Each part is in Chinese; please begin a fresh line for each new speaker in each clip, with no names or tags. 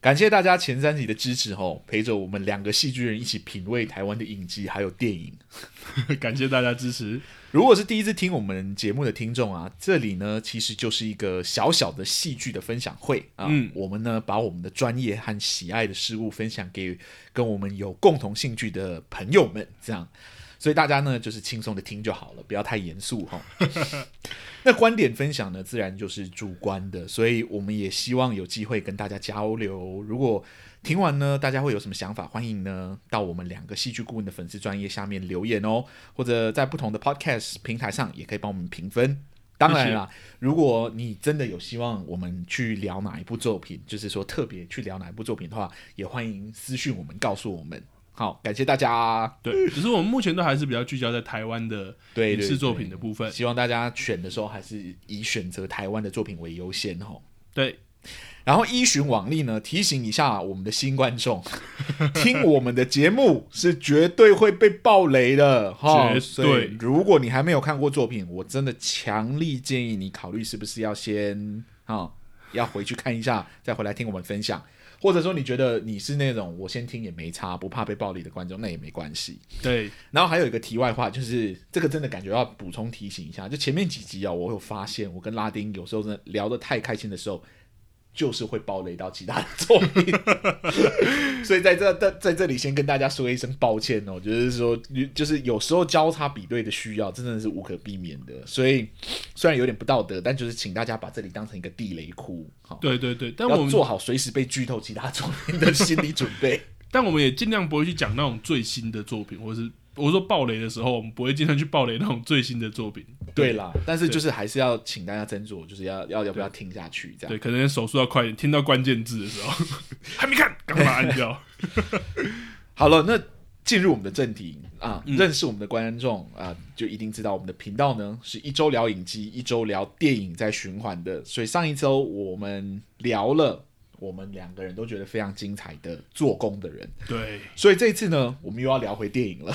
感谢大家前三集的支持哦，陪着我们两个戏剧人一起品味台湾的影集还有电影。
感谢大家支持。
如果是第一次听我们节目的听众啊，这里呢其实就是一个小小的戏剧的分享会啊。
嗯
我们呢把我们的专业和喜爱的事物分享给跟我们有共同兴趣的朋友们，这样。所以大家呢就是轻松的听就好了，不要太严肃哈。那观点分享呢，自然就是主观的，所以我们也希望有机会跟大家交流。如果听完呢，大家会有什么想法？欢迎呢到我们两个戏剧顾问的粉丝专业下面留言哦，或者在不同的 podcast 平台上也可以帮我们评分。当然啦，如果你真的有希望我们去聊哪一部作品，就是说特别去聊哪一部作品的话，也欢迎私讯我们，告诉我们。好，感谢大家。
对，只是我们目前都还是比较聚焦在台湾的
对
影
对
视作
对
品的部分。
希望大家选的时候还是以选择台湾的作品为优先哦。
对，
然后依循往例呢，提醒一下我们的新观众， 听我们的节目是绝对会被爆雷的哈。
绝对
所以如果你还没有看过作品，我真的强力建议你考虑是不是要先啊、要回去看一下，再回来听我们分享。或者说你觉得你是那种我先听也没差，不怕被暴力的观众，那也没关系。
对，
然后还有一个题外话，就是这个真的感觉要补充提醒一下，就前面几集啊、我有发现我跟拉丁有时候真的聊得太开心的时候，就是会暴雷到其他的作品，所以在这在在这里先跟大家说一声抱歉哦，就是说就是有时候交叉比对的需要真的是无可避免的，所以虽然有点不道德，但就是请大家把这里当成一个地雷窟，好、
对对对。但我
要
们
做好随时被剧透其他作品的心理准备。
但我们也尽量不会去讲那种最新的作品，或是我说暴雷的时候，我们不会经常去暴雷那种最新的作品。
对啦，但是就是还是要请大家斟酌，就是要要要不要听下去这样。
对，可能手速要快一点，听到关键字的时候 还没看，赶快把它按掉。
好了，那进入我们的正题啊，认识我们的观众啊，就一定知道我们的频道呢是一周聊影集，一周聊电影在循环的。所以上一周我们聊了我们两个人都觉得非常精彩的做工的人，
对
所以这一次呢，我们又要聊回电影了。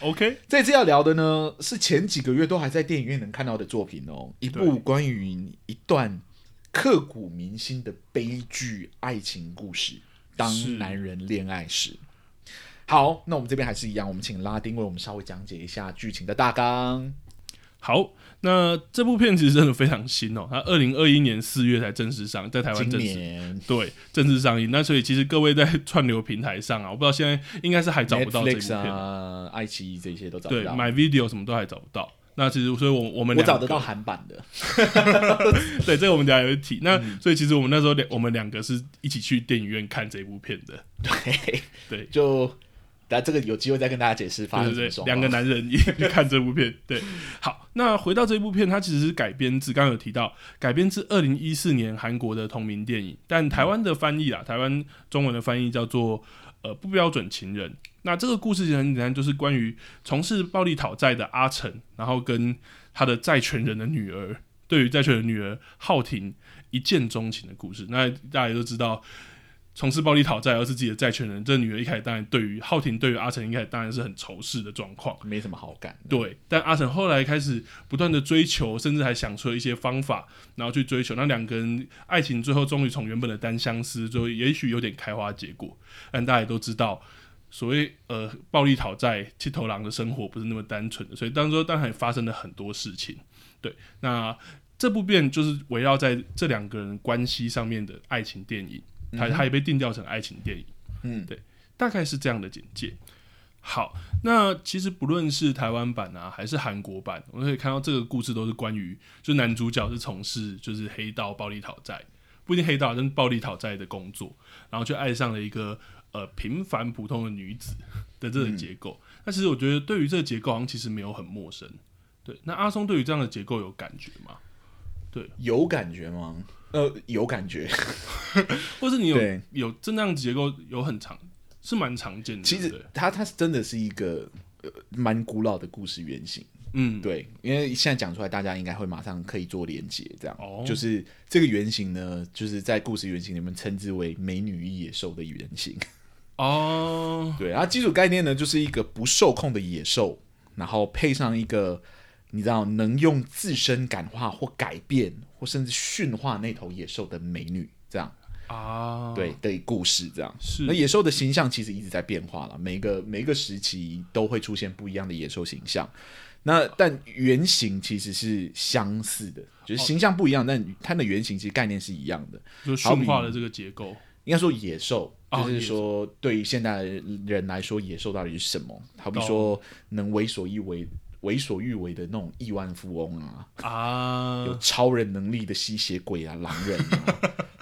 ，OK，
这次要聊的呢，是前几个月都还在电影院能看到的作品哦，一部
对
关于一段刻骨铭心的悲剧爱情故事，《
是
当男人恋爱时》。好，那我们这边还是一样，我们请拉丁为我们稍微讲解一下剧情的大纲。
好。那这部片其实真的非常新哦，它二零二一年四月才正式上，在台湾
今
正式
年
对，正式上映。那所以其实各位在串流平台上啊，我不知道现在应该是还找不到这部
Netflix
片，
啊、爱奇艺这些都找不
对，
到，
买 video 什么都还找不到。那其实，所以我我们
我
两个
找得到韩版的。
对，这个我们等一下有提。那、
嗯
所以其实我们那时候两我们两个是一起去电影院看这部片的，
对，
对
就那这个有机会再跟大家解释发
对
生什
对
么
对，
状
两
况。
个男人一 起去看这部片。对，好，那回到这部片，它其实是改编自刚刚有提到，改编自二零一四年韩国的同名电影，但台湾的翻译啊，台湾中文的翻译叫做呃不标准情人。那这个故事其实很简单，就是关于从事暴力讨债的阿成，然后跟他的债权人的女儿，对于债权人女儿浩婷一见钟情的故事。那大家也都知道，从事暴力讨债而是自己的债权人，这女儿一开始当然对于浩婷对于阿成一开始当然是很仇视的状况。
啊没什么好感的。
对，但阿成后来开始不断的追求，甚至还想出了一些方法，然后去追求。那两个人爱情最后终于从原本的单相思，最后也许有点开花结果。但大家也都知道，所谓呃暴力讨债、七头狼的生活不是那么单纯的，所以当中当然也发生了很多事情。对，那这部片就是围绕在这两个人关系上面的爱情电影，它它也被定调成爱情电影。
嗯
对，大概是这样的简介。好，那其实不论是台湾版啊，还是韩国版，我们可以看到这个故事都是关于，就男主角是从事就是黑道暴力讨债，不一定黑道，啊但是暴力讨债的工作，然后就爱上了一个呃平凡普通的女子的这个
嗯
结构。那其实我觉得对于这个结构，好像其实没有很陌生。对，那阿松对于这样的结构有感觉吗？对，
有感觉吗？呃，有感觉。
或是你有
对
有震荡结构有很长，是蛮常见的。
其
对
实它它是真的是一个呃蛮古老的故事原型。
嗯，
对，因为现在讲出来，大家应该会马上可以做连接，这样。
哦
就是这个原型呢，就是在故事原型里面称之为“美女与野兽”的原型。
哦，
对，然后基础概念呢，就是一个不受控的野兽，然后配上一个你知道能用自身感化或改变或甚至驯化那头野兽的美女，这样
啊，
对，的故事，这样。
是
那野兽的形象其实一直在变化了，每一个每一个时期都会出现不一样的野兽形象。那
哦
但原型其实是相似的，
哦
就是形象不一样，但它的原型其实概念是一样的。
就驯化了这个结构。
应该说野兽，
哦
就是说对于现代人来说，野兽到底是什么？好比
懂
说能为所欲为、为所欲为的那种亿万富翁啊，
啊
有超人能力的吸血鬼啊、狼人啊，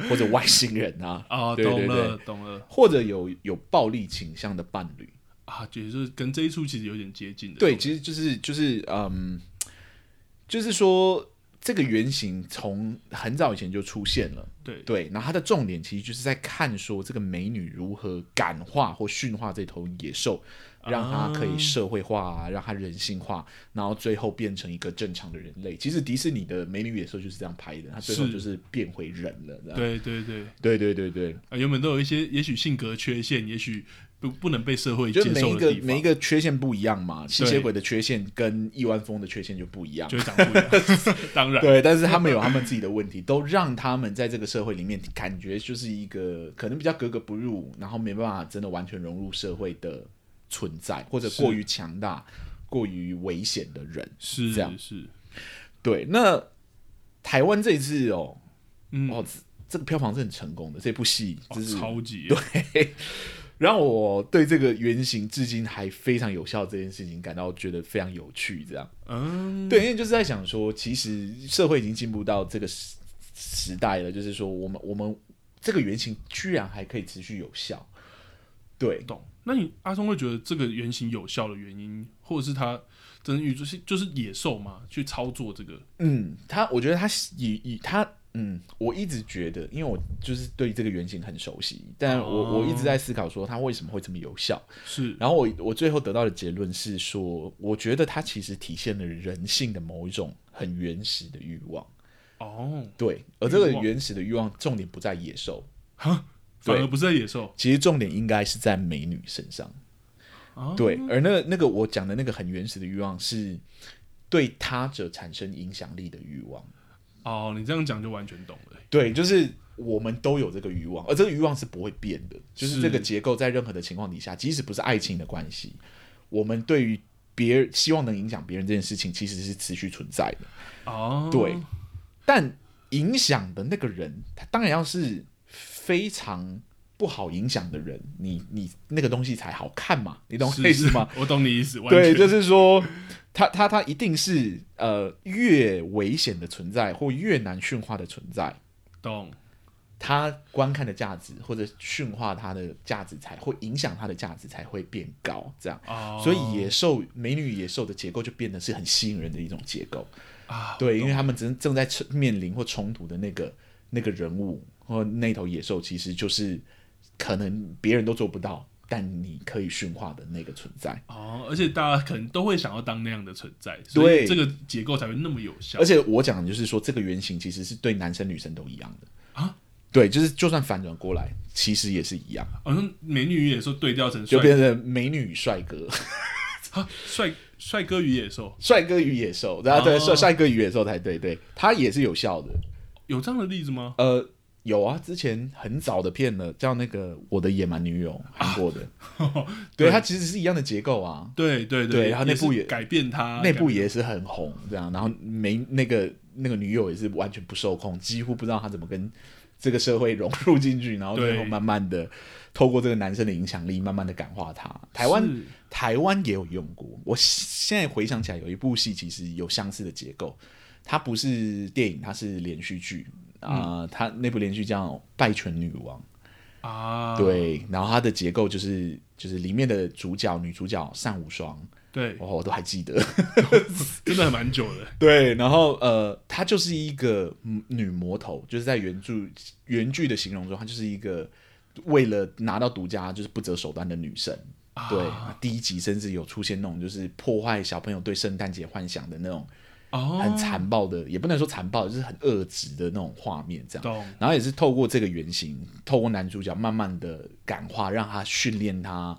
或者外星人啊，
啊，
对
懂
对
了
对，
懂了
或者有有暴力倾向的伴侣。
啊，也就是跟这一出其实有点接近的。
对，其实就是就是嗯，就是说这个原型从很早以前就出现了。
对
对，然后它的重点其实就是在看说这个美女如何感化或驯化这头野兽，让它可以社会化、啊，让它人性化，然后最后变成一个正常的人类。其实迪士尼的《美女与野兽》就是这样拍的，它最后
是
就是变回人了。这样
对对对，
对对对对，
啊，原本都有一些，也许性格缺陷，也许不不能被社会接
就每一
受
个
的地
每一
方，
个缺陷不一样嘛，吸血鬼的缺陷跟亿万富翁的缺陷就不一样
就。会长不一样。当 然，
对，但是他们有他们自己的问题，都让他们在这个社会里面感觉就是一个可能比较格格不入，然后没办法真的完全融入社会的存在，或者过于强大、过于危险的人。
是
这样
是，
对，那台湾这一次哦，
嗯，
哦，这这个票房是很成功的，这部戏
哦
就是
超级
让我对这个原型至今还非常有效这件事情感到觉得非常有趣，这样。
嗯，
对，因为就是在想说，其实社会已经进步到这个时时代了，就是说，我们我们这个原型居然还可以持续有效。对，
懂。那你阿松会觉得这个原型有效的原因，或者是他真的宇宙是就是野兽嘛，去操作这个
嗯，他我觉得他以以他。嗯，我一直觉得，因为我就是对这个原型很熟悉，但我、
哦
我一直在思考说它为什么会这么有效。
是
然后我我最后得到的结论是说，我觉得它其实体现了人性的某一种很原始的欲望。
哦，
对，而这个
欲望
原始的欲望重点不在野兽，
反
对
而不是在野兽
其实重点应该是在美女身上。
啊，
对，而那那个我讲的那个很原始的欲望是对他者产生影响力的欲望。
哦，你这样讲就完全懂了、
对，就是我们都有这个欲望，而这个欲望是不会变的，就是
是
这个结构在任何的情况底下，即使不是爱情的关系，我们对于别人希望能影响别人这件事情，其实是持续存在的。
哦，
对，但影响的那个人，他当然要是非常。不好影响的人，你你那个东西才好看嘛，你懂我意
是
思
是
吗？？
我懂你意思，完
对，
全
就是说，它它它一定是呃越危险的存在或越难驯化的存在，
懂。
它观看的价值或者驯化它的价值才会影响它的价值才会变高，这样。
哦，
所以野兽美女与野兽的结构就变得是很吸引人的一种结构，
啊，
对，因为他们正正在冲面临或冲突的那个那个人物或那头野兽，其实就是可能别人都做不到，但你可以驯化的那个存在。
哦，而且大家可能都会想要当那样的存在，所
对
以这个结构才会那么有效。
而且我讲的就是说，这个原型其实是对男生女生都一样的
啊。
对，就是就算反转过来，其实也是一样，
好像美女与野兽对调成
就
帅
变成美女与帅哥，
啊帅帅哥与野兽，
帅哥与野兽，然后对
哦
帅帅哥与野兽才对，对，它也是有效的。
有这样的例子吗？
呃，有啊，之前很早的片了，叫那个《我的野蛮女友》，韩国的，对，它其实是一样的结构啊。
对对
对然后
也
内部
是
也
改变它，
内部
改
也是很红，这样，然后没那个那个女友也是完全不受控，几乎不知道她怎么跟这个社会融入进去，然后
对
最后慢慢的透过这个男生的影响力，慢慢的感化他。台湾
是
台湾也有用过，我现在回想起来，有一部戏其实有相似的结构，它不是电影，它是连续剧啊、它那部连续剧叫《拜权女王》。
啊，
对，然后它的结构就是就是里面的主角女主角单无双，
对，
哦，我都还记得。
真的还蛮久的。
对，然后呃，她就是一个嗯女魔头，就是在原著原剧的形容中，她就是一个为了拿到独家就是不择手段的女生。对，
啊
第一集甚至有出现那种就是破坏小朋友对圣诞节幻想的那种
哦，
很残暴的，也不能说残暴，就是很恶质的那种画面这样。
懂
然后也是透过这个原型，透过男主角慢慢的感化，让他训练他，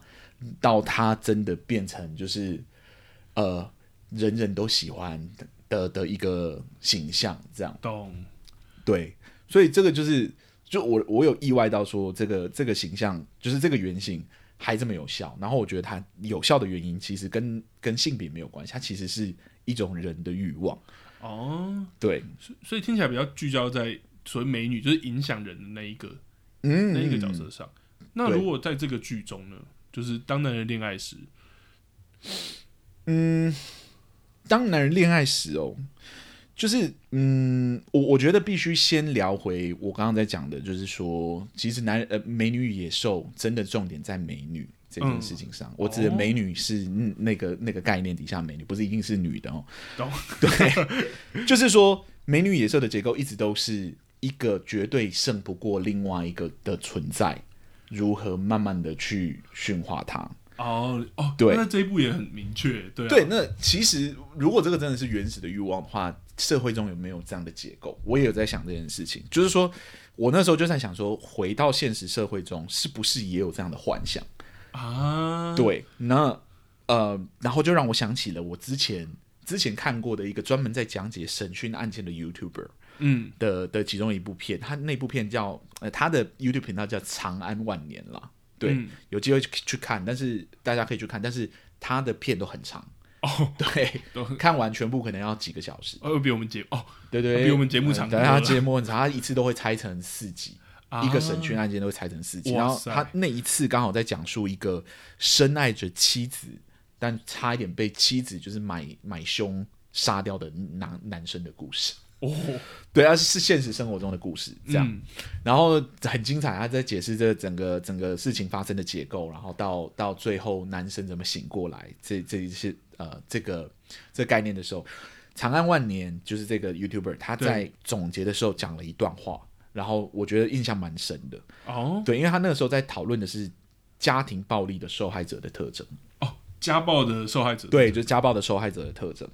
到他真的变成就是呃人人都喜欢的的的一个形象这样。
懂，
对，所以这个就是，就我我有意外到说，这个这个形象就是这个原型还这么有效。然后我觉得它有效的原因，其实跟跟性别没有关系，它其实是一种人的欲望。
哦，
对，
所所以听起来比较聚焦在所谓美女，就是影响人的那一个
嗯
那一个角色上。那
对
如果在这个剧中呢，就是当男人恋爱时，
当男人恋爱时哦，就是嗯，我我觉得必须先聊回我刚刚在讲的，就是说，其实男呃美女与野兽真的重点在美女这件事情上。我指的
哦
美女是、嗯那个那个概念底下美女，不是一定是女的哦。
懂？
对，就是说美女与野兽的结构一直都是一个绝对胜不过另外一个的存在，如何慢慢的去驯化它。
哦哦，
对
那这一部也很明确，对啊
对，那其实如果这个真的是原始的欲望的话，社会中有没有这样的结构？我也有在想这件事情，就是说我那时候就在想说，回到现实社会中，是不是也有这样的幻想？
啊，
对，那呃，然后就让我想起了我之前之前看过的一个专门在讲解审讯案件的 YouTuber
嗯，
的的其中一部片，他那部片叫呃，他的 YouTube 频道叫《长安万年》啦。对，
嗯
有机会去去看，但是大家可以去看，但是他的片都很长。
哦，
对，看完全部可能要几个小时，
哦，又比我们节哦，
对对，
比我们节目长
嗯
多
对，
了
他节目很长，他一次都会拆成四集，
啊
一个审讯案件都会拆成四集。
哇
然后
塞
他那一次刚好在讲述一个深爱着妻子，但差一点被妻子就是买买凶杀掉的男男生的故事。
哦，
对，他是现实生活中的故事， 这样。
嗯
然后很精彩，他在解释这整个整个事情发生的结构，然后到到最后男生怎么醒过来，这这一些呃这个这概念的时候，长安万年就是这个 YouTuber 他在总结的时候讲了一段话，然后我觉得印象蛮深的，
哦
对，因为他那个时候在讨论的是家庭暴力的受害者的特征。
哦，家暴的受害者，
对，就是家暴的受害者的特征。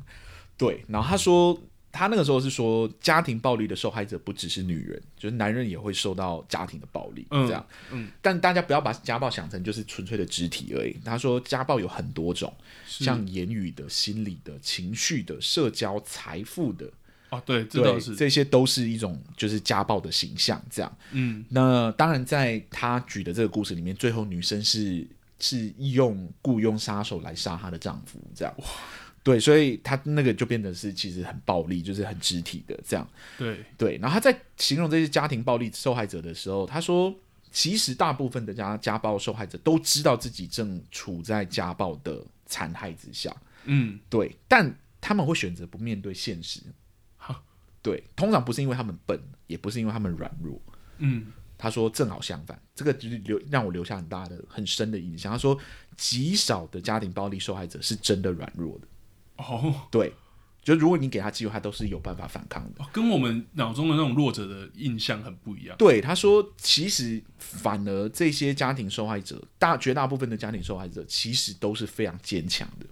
对，然后他说，他那个时候是说，家庭暴力的受害者不只是女人，就是男人也会受到家庭的暴力，
嗯
这样。
嗯，
但大家不要把家暴想成就是纯粹的肢体而已。他说，家暴有很多种，
是
像言语的、心理的、情绪的、社交、财富的，
哦，对，这倒
对，
是，
这些都是一种就是家暴的形象，这样。
嗯，
那当然，在他举的这个故事里面，最后女生是是用雇佣杀手来杀她的丈夫，这样。对，所以她那个就变得是其实很暴力，就是很肢体的这样。
对，
对，然后他在形容这些家庭暴力受害者的时候，他说，其实大部分的家家暴受害者都知道自己正处在家暴的残害之下，
嗯，
对，但他们会选择不面对现实
好。
对，通常不是因为他们笨，也不是因为他们软弱，
嗯，
他说正好相反，这个就是留让我留下很大的、很深的印象。他说，极少的家庭暴力受害者是真的软弱的，
哦，
对，就如果你给他机会，他都是有办法反抗的。
哦跟我们脑中的那种弱者的印象很不一样。
对，他说，其实反而这些家庭受害者，大绝大部分的家庭受害者其实都是非常坚强的。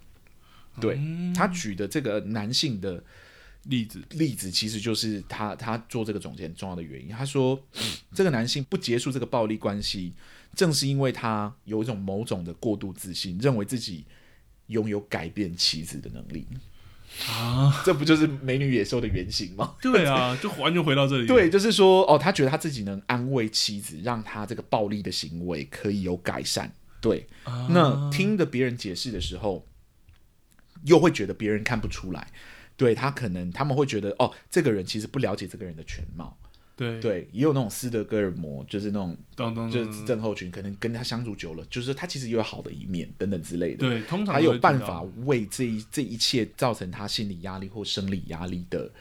对他举的这个男性的
例子，
例子其实就是他他做这个总结很重要的原因。他说，这个男性不结束这个暴力关系，正是因为他有一种某种的过度自信，认为自己拥有改变妻子的能力。
啊，
这不就是美女野兽的原型吗？
对啊，就完全回到这里，，
对，就是说，哦，他觉得他自己能安慰妻子，让他这个暴力的行为可以有改善。对，
啊
那听着别人解释的时候，又会觉得别人看不出来。对他可能他们会觉得哦，这个人其实不了解这个人的全貌，
对，
对，也有那种斯德哥尔摩，就是那种
懂懂
就
懂，
是
懂
症候群，可能跟他相处久了，就是他其实也有好的一面等等之类的。
对，通常
他
都
有
会
办
听
法
到
为这一这一切造成他心理压力或生理压力的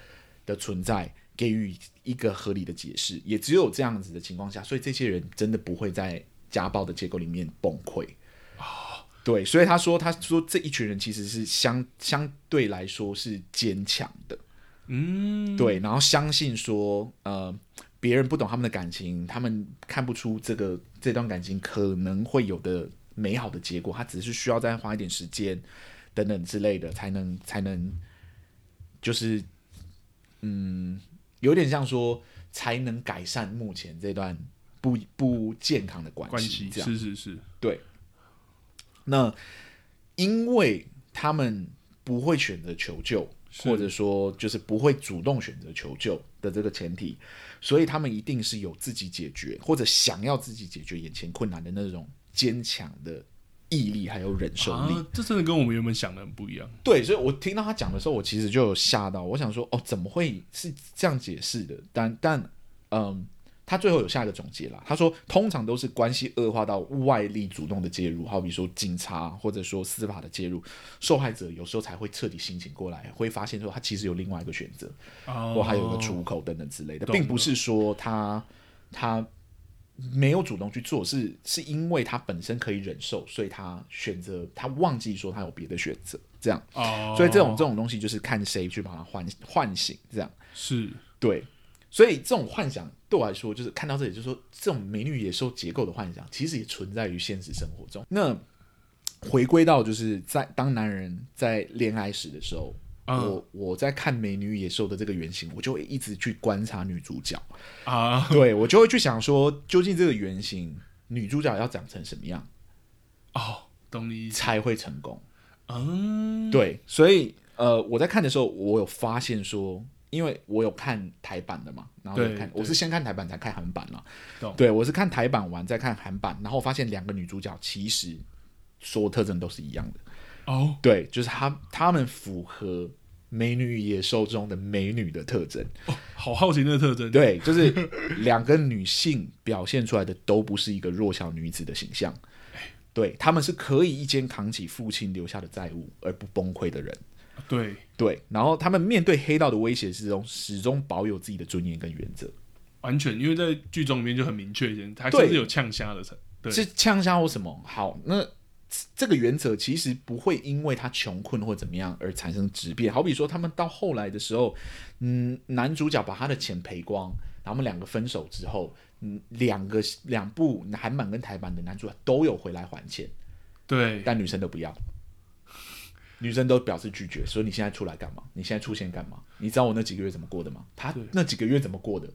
的存在给予一个合理的解释。也只有这样
啊
子的情况下，所以这些人真的不会在家暴的结构里面崩溃。对，所以他说，他说这一群人其实是相相对来说是坚强的，
嗯，
对，然后相信说，呃，别人不懂他们的感情，他们看不出这个这段感情可能会有的美好的结果，他只是需要再花一点时间等等之类的，才能才能，就是，嗯，有点像说才能改善目前这段不不健康的关
关
系，
系
这样。
是是是，
那因为他们不会选择求救，
是
或者说就是不会主动选择求救的这个前提，所以他们一定是有自己解决或者想要自己解决眼前困难的那种坚强的毅力还有忍受力。
啊，这真的跟我们原本想的很不一样。
对，所以我听到他讲的时候，我其实就有吓到，我想说哦，怎么会是这样解释的？但但嗯。他最后有下一个总结啦，他说，通常都是关系恶化到外力主动的介入，好比说警察或者说司法的介入，受害者有时候才会彻底清醒过来，会发现说他其实有另外一个选择，
哦
或还有一个出口等等之类的，
懂了
并不是说他他没有主动去做，是是因为他本身可以忍受，所以他选择他忘记说他有别的选择，这样。
哦，
所以这种这种东西就是看谁去把它唤唤醒，这样
是
对。所以这种幻想对我来说，就是看到这里，就是说这种美女野兽结构的幻想，其实也存在于现实生活中。那回归到就是在当男人在恋爱时的时候，
嗯
我我在看美女野兽的这个原型，我就会一直去观察女主角，
啊，
对我就会去想说，究竟这个原型女主角要长成什么样
哦，懂你意思，
才会成功？
嗯，
对，所以呃，我在看的时候，我有发现说，因为我有看台版的嘛，然后有
对
看，
对
我是先看台版才看韩版嘛
懂。
对，我是看台版完再看韩版，然后发现两个女主角其实所有特征都是一样的。
哦，
对，就是她她们符合《美女与野兽》中的美女的特征。
哦好好奇那个特征，
对，就是两个女性表现出来的都不是一个弱小女子的形 象。
哎
对，她们是可以一肩扛起父亲留下的债务而不崩溃的人。
对，
对，然后他们面对黑道的威胁之中，始终保有自己的尊严跟原则。
完全，因为在剧中里面就很明确一点，他
对
甚至有呛虾的成，对，
是呛虾或什么？好，那这这个原则其实不会因为他穷困或怎么样而产生质变。好比说，他们到后来的时候，嗯，男主角把他的钱赔光，然后他们两个分手之后，嗯，两个两部韩版跟台版的男主角都有回来还钱，
对，
但女生都不要。女生都表示拒绝，说你现在出来干嘛？你现在出现干嘛？你知道我那几个月怎么过的吗？他
对
那几个月怎么过的？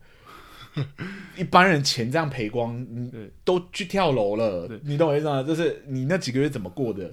一般人钱这样赔光，你
对
都去跳楼了
对，
你懂我意思吗？就是你那几个月怎么过的？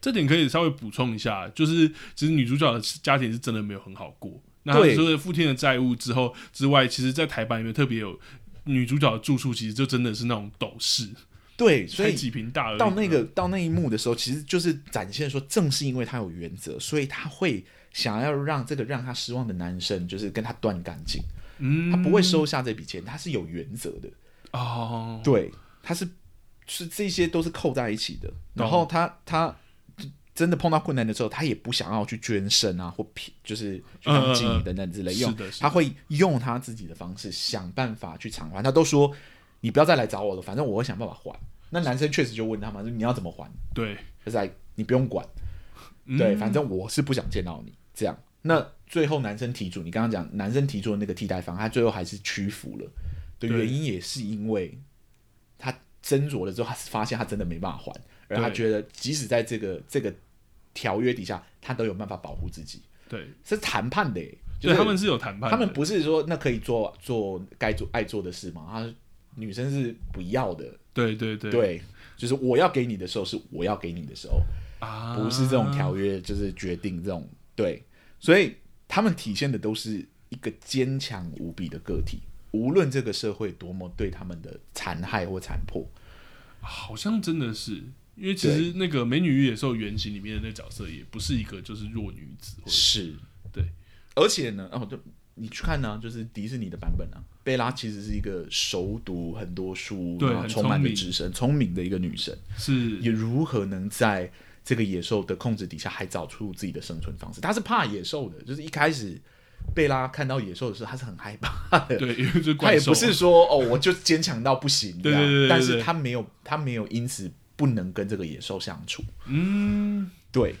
这点可以稍微补充一下，就是其实女主角的家庭是真的没有很好过。那她
对
除了父亲的债务之后之外，其实，在台版里面特别有女主角的住处，其实就真的是那种斗室，
对，所
才
以
几平大而已
到那个到那一幕的时候，其实就是展现说，正是因为他有原则，所以他会想要让这个让他失望的男生，就是跟他断干净，
嗯，
他不会收下这笔钱，他是有原则的。
哦，
对，他是是这些都是扣在一起的。
懂
然后他他真的碰到困难的时候，他也不想要去捐身啊，或骗就是去当妓
嗯嗯
女
嗯
等等之类
是
用，
的是的
他会用他自己的方式想办法去偿还。他都说你不要再来找我了，反正我会想办法还。那男生确实就问他嘛，说你要怎么还？
对
就是来你不用管，
嗯
对，反正我是不想见到你这样。那最后男生提出，你刚刚讲男生提出的那个替代方案，他最后还是屈服了的
对
原因，也是因为他斟酌了之后，他发现他真的没办法还，而他
对
觉得即使在这个这个条约底下，他都有办法保护自己，
对，
是谈判的耶，就
对，
是
他们是有谈判的，
他们不是说那可以做做该做爱做的事吗？他女生是不要的，
对对对
对，就是我要给你的时候是我要给你的时候，
啊，
不是这种条约，就是决定这种对，所以他们体现的都是一个坚强无比的个体，无论这个社会多么对他们的残害或残破。
好像真的是，因为其实那个《美女与野兽》原型里面的那角色也不是一个就是弱女子，或者
是，
对，
而且呢，哦，对，你去看呢、就是迪士尼的版本啊，贝拉其实是一个熟读很多书，
对
然后
很
充满
聪
着
明
知识、聪明的一个女神，
是
也如何能在这个野兽的控制底下还找出自己的生存方式？她是怕野兽的，就是一开始。贝拉看到野兽的时候，她是很害怕的。
对，因为就是
他
怪
也
兽
不是说哦，我就坚强到不行，
对
这样
对对对对
但是他没有，他没有因此不能跟这个野兽相处。
嗯，
对，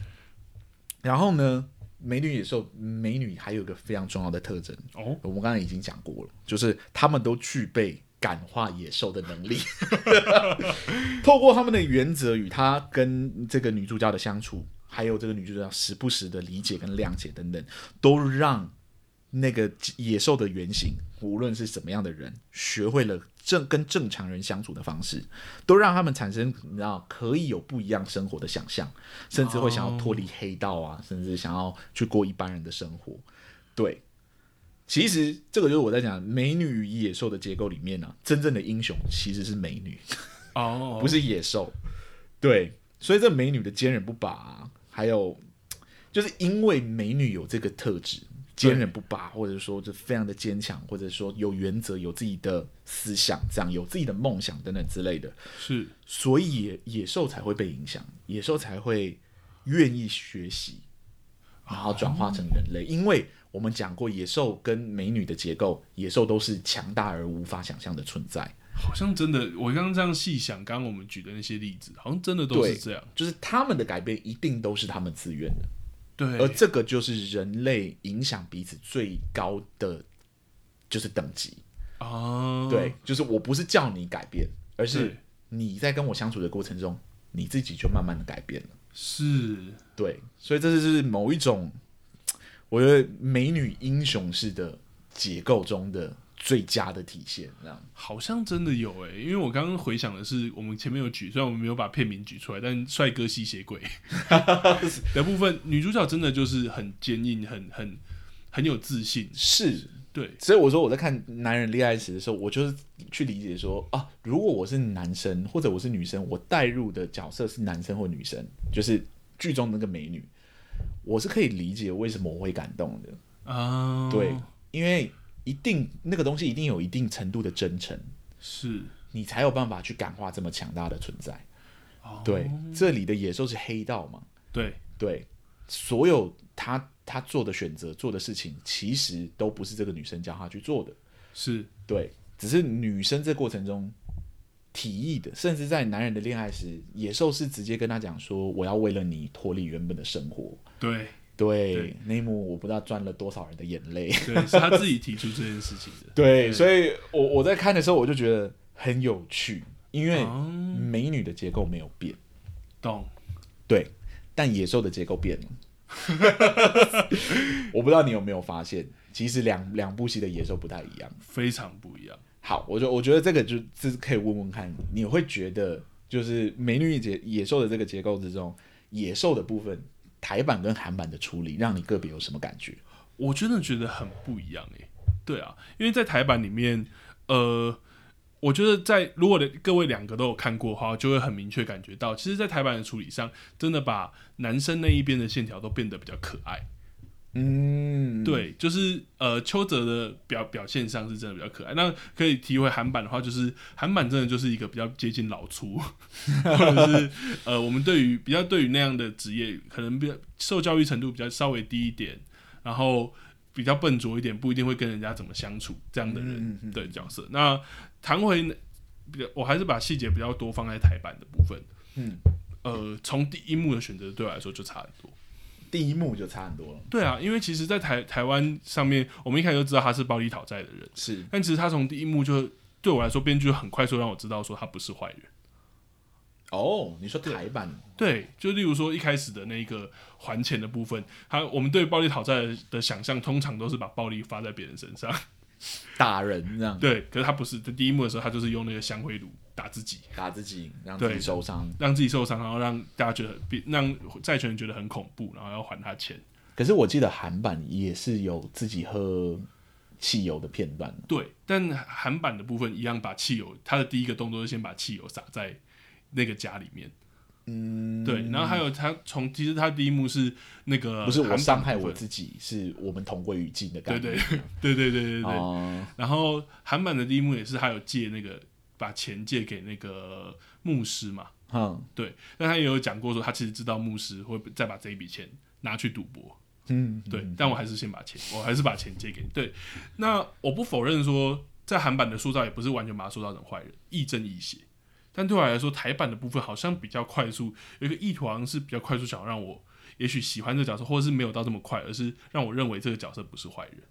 然后呢，美女野兽，美女还有一个非常重要的特征，
哦，
我们刚才已经讲过了，就是他们都具备感化野兽的能力， 透过他们的原则与他跟这个女主角的相处，还有这个女主角时不时的理解跟谅解等等，都让那个野兽的原型，无论是怎么样的人，学会了正跟正常人相处的方式，都让他们产生你知道可以有不一样生活的想象，甚至会想要脱离黑道啊，甚至想要去过一般人的生活。对，其实这个就是我在讲《美女与野兽》的结构里面呢、啊，真正的英雄其实是美女，
哦，
不是野兽。对，所以这美女的坚韧不拔、啊还有就是因为美女有这个特质，坚韧不拔，或者说就非常的坚强，或者说有原则、有自己的思想，这样有自己的梦想等等之类的，
是
所以野野兽才会被影响，野兽才会愿意学习，然后转化成人类。因为我们讲过，野兽跟美女的结构，野兽都是强大而无法想象的存在，
好像真的，我刚刚这样细想，刚刚我们举的那些例子，好像真的都
对
是这样。
就是他们的改变一定都是他们自愿的，
对，
而这个就是人类影响彼此最高的就是等级。
哦，
对，，就是我不是叫你改变，而是
对
你在跟我相处的过程中，你自己就慢慢的改变了。
是
对，所以这就是某一种，我觉得美女英雄式的结构中的最佳的体现。这样，
好像真的有诶、因为我刚刚回想的是，我们前面有举，虽然我们没有把片名举出来，但《帅哥吸血 鬼》的部分，女主角真的就是很坚硬，很很很有自信。
是，
对，
所以我说我在看《男人恋爱史》的时候，我就是去理解说啊，如果我是男生或者我是女生，我带入的角色是男生或女生，就是剧中的那个美女，我是可以理解为什么我会感动的。
啊、
对，因为一定那个东西一定有一定程度的真诚，
是，
你才有办法去感化这么强大的存在。
哦，
对，这里的野兽是黑道嘛？
对，
对，所有他他做的选择、做的事情，其实都不是这个女生教他去做的。
是，
对，只是女生这过程中提议的，甚至在男人的恋爱时，野兽是直接跟他讲说：“我要为了你脱离原本的生活。
对，
对”
对
那一幕我不知道赚了多少人的眼 泪。
对，是她自己提出这件事情的。
对，所以我我在看的时候，我就觉得很有趣，因为
哦，
美女的结构没有变。
懂，
对，但野兽的结构变了。 我不知道你有没有发现，其实两两部戏的野兽不太一样。
非常不一样。
好，我就我觉得这个就这是可以问问看，你会觉得就是美女野野兽的这个结构之中，野兽的部分台版跟韩版的处理，让你个别有什么感觉？
我真的觉得很不一样诶、对啊，因为在台版里面，呃，我觉得在如果各位两个都有看过的话，就会很明确感觉到，其实，在台版的处理上，真的把男生那一边的线条都变得比较可爱。
嗯，，
对，就是呃，邱泽的表表现上是真的比较可爱。那可以提回韩版的话，就是韩版真的就是一个比较接近老粗，或者是呃，我们对于比较对于那样的职业，可能比较受教育程度比较稍微低一点，然后比较笨拙一点，不一定会跟人家怎么相处这样的
嗯嗯
人
嗯
的角色。那谈回比较，我还是把细节比较多放在台版的部分。
嗯，
呃，从第一幕的选择对我来说就差很多。
第一幕就差很多了，
对啊，因为其实，在台台湾上面，我们一开始就知道他是暴力讨债的人，
是
但其实他从第一幕就对我来说，编剧很快速让我知道说他不是坏人。
哦，你说台版
对，就例如说一开始的那个还钱的部分，他我们对暴力讨债的的想象，通常都是把暴力发在别人身上。
打人这样
对，可是他不是，在第一幕的时候，他就是用那个香灰炉打自己，
打自己，让自己
对
受伤，
让自己受伤，然后让大家觉得，让债权人觉得很恐怖，然后要还他钱。
可是我记得韩版也是有自己喝汽油的片段，
对，但韩版的部分一样，把汽油，他的第一个动作是先把汽油洒在那个家里面。嗯，对，然后还有他从其实他第一幕是那个
不是
呃韩
我
版
伤害
的部
我
分，
自己，是我们同归于尽的
对
感觉。
对对对对对对对。
哦，
然后韩版的第一幕也是他有借那个把钱借给那个牧师嘛，
哼，
对，但他也有讲过说他其实知道牧师会再把这一笔钱拿去赌博，
嗯，
对，但我还是先把钱，我还是把钱借给你。对，那我不否认说，在韩版的塑造也不是完全把他塑造成坏人，亦正亦邪。但对我来说，台版的部分好像比较快速，有一个意图好像是比较快速，想让我也许喜欢这个角色，或者是没有到这么快，而是让我认为这个角色不是坏人。